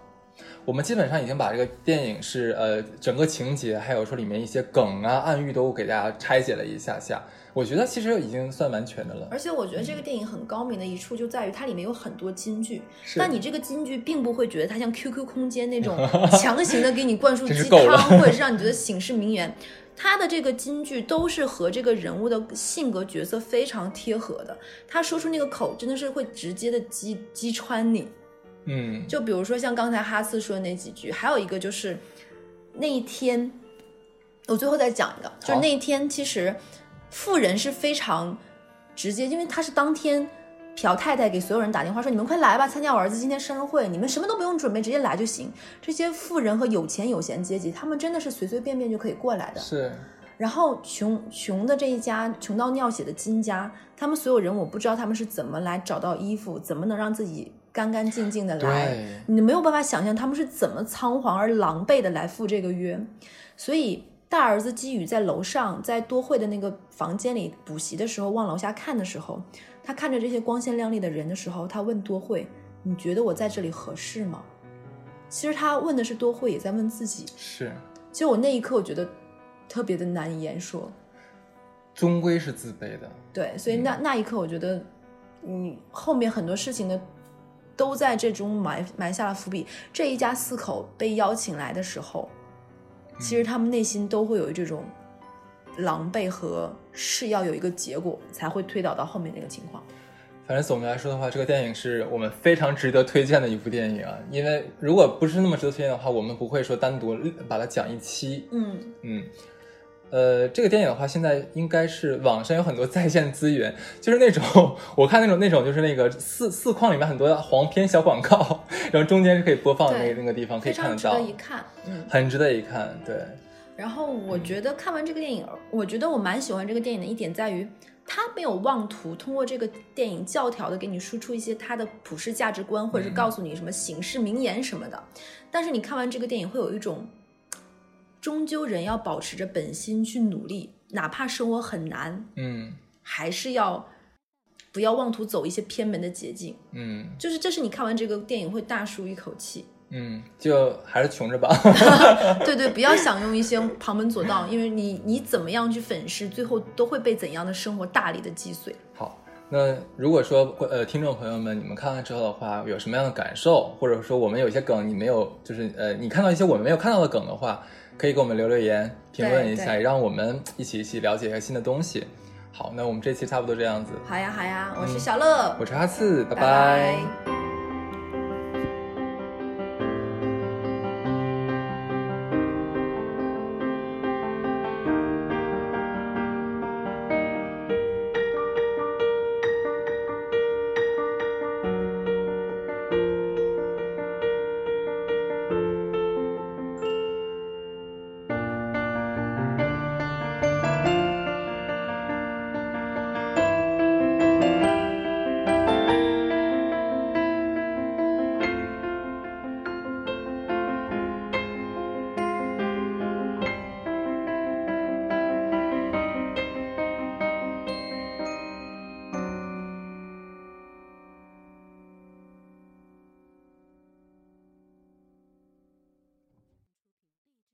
[SPEAKER 2] 我们基本上已经把这个电影是呃整个情节，还有说里面一些梗啊、暗喻都给大家拆解了一下下，我觉得其实已经算完全的了。
[SPEAKER 1] 而且我觉得这个电影很高明的一处就在于它里面有很多金句，
[SPEAKER 2] 是
[SPEAKER 1] 但你这个金句并不会觉得它像 QQ 空间那 种强行的给你灌输
[SPEAKER 2] 真是
[SPEAKER 1] 鸡
[SPEAKER 2] 够
[SPEAKER 1] 汤
[SPEAKER 2] 了，
[SPEAKER 1] 或 者是让你觉得醒世名言。它的这个金句都是和这个人物的性格角色非常贴合的，他说出那个口真的是会直接的击击穿你。
[SPEAKER 2] 嗯，
[SPEAKER 1] 就比如说像刚才哈斯说的那几句，还有一个就是那一天，我最后再讲一个，就是那一天其实富人是非常直接，因为他是当天。朴太太给所有人打电话说：“你们快来吧，参加我儿子今天生日会，你们什么都不用准备，直接来就行。”这些富人和有钱有闲阶级，他们真的是随随便便就可以过来的。
[SPEAKER 2] 是
[SPEAKER 1] 然后穷穷的这一家，穷到尿血的金家，他们所有人我不知道他们是怎么来找到衣服，怎么能让自己干干净净的来，
[SPEAKER 2] 对，
[SPEAKER 1] 你没有办法想象他们是怎么仓皇而狼狈的来赴这个约。所以大儿子基宇在楼上，在多惠的那个房间里补习的时候，往楼下看的时候，他看着这些光鲜亮丽的人的时候，他问多惠：“你觉得我在这里合适吗？”其实他问的是多惠，也在问自己。
[SPEAKER 2] 是，
[SPEAKER 1] 其实我那一刻我觉得特别的难以言说，
[SPEAKER 2] 终归是自卑的。
[SPEAKER 1] 对，所以那那一刻我觉得，嗯，后面很多事情的都在这中埋埋下了伏笔。这一家四口被邀请来的时候，其实他们内心都会有这种狼狈和是要有一个结果才会推导到后面那个情况。
[SPEAKER 2] 反正总的来说的话，这个电影是我们非常值得推荐的一部电影啊，因为如果不是那么值得推荐的话，我们不会说单独把它讲一期。
[SPEAKER 1] 嗯，
[SPEAKER 2] 嗯，呃，这个电影的话，现在应该是网上有很多 在线资源，就是那种我看那种那种就是那个四四框里面很多黄片小广告，然后中间是可以播放的那个
[SPEAKER 1] 对
[SPEAKER 2] 那个地方可
[SPEAKER 1] 非
[SPEAKER 2] 以看
[SPEAKER 1] 常
[SPEAKER 2] 得
[SPEAKER 1] 值
[SPEAKER 2] 到
[SPEAKER 1] 得，一看。嗯，
[SPEAKER 2] 很值得一看。对，
[SPEAKER 1] 然后我觉得看完这个电影，我觉得我蛮喜欢这个电影的一点在于，它没有妄图通过这个电影教条的给你输出一些它的普世价值观，或者是告诉你什么醒世名言什么的。但是你看完这个电影，会有一种，终究人要保持着本心去努力，哪怕生活很难，
[SPEAKER 2] 嗯
[SPEAKER 1] 还是要不要妄图走一些偏门的捷径。
[SPEAKER 2] 嗯
[SPEAKER 1] 就是这是你看完这个电影会大舒一口气。
[SPEAKER 2] 嗯，就还是穷着吧。
[SPEAKER 1] 对对，不要想用一些旁门左道，因为你你怎么样去粉饰，最后都会被怎样的生活大力的击碎。
[SPEAKER 2] 好，那如果说呃，听众朋友们，你们看完之后的话，有什么样的感受，或者说我们有一些梗你没有，就是呃，你看到一些我们没有看到的梗的话，可以给我们留留言，评论
[SPEAKER 1] 对
[SPEAKER 2] 一下，
[SPEAKER 1] 对
[SPEAKER 2] 也让我们一起一起了解一下新的东西。好，那我们这期差不多这样子，
[SPEAKER 1] 好呀好呀，我是小乐，
[SPEAKER 2] 嗯我是哈次，拜
[SPEAKER 1] 拜拜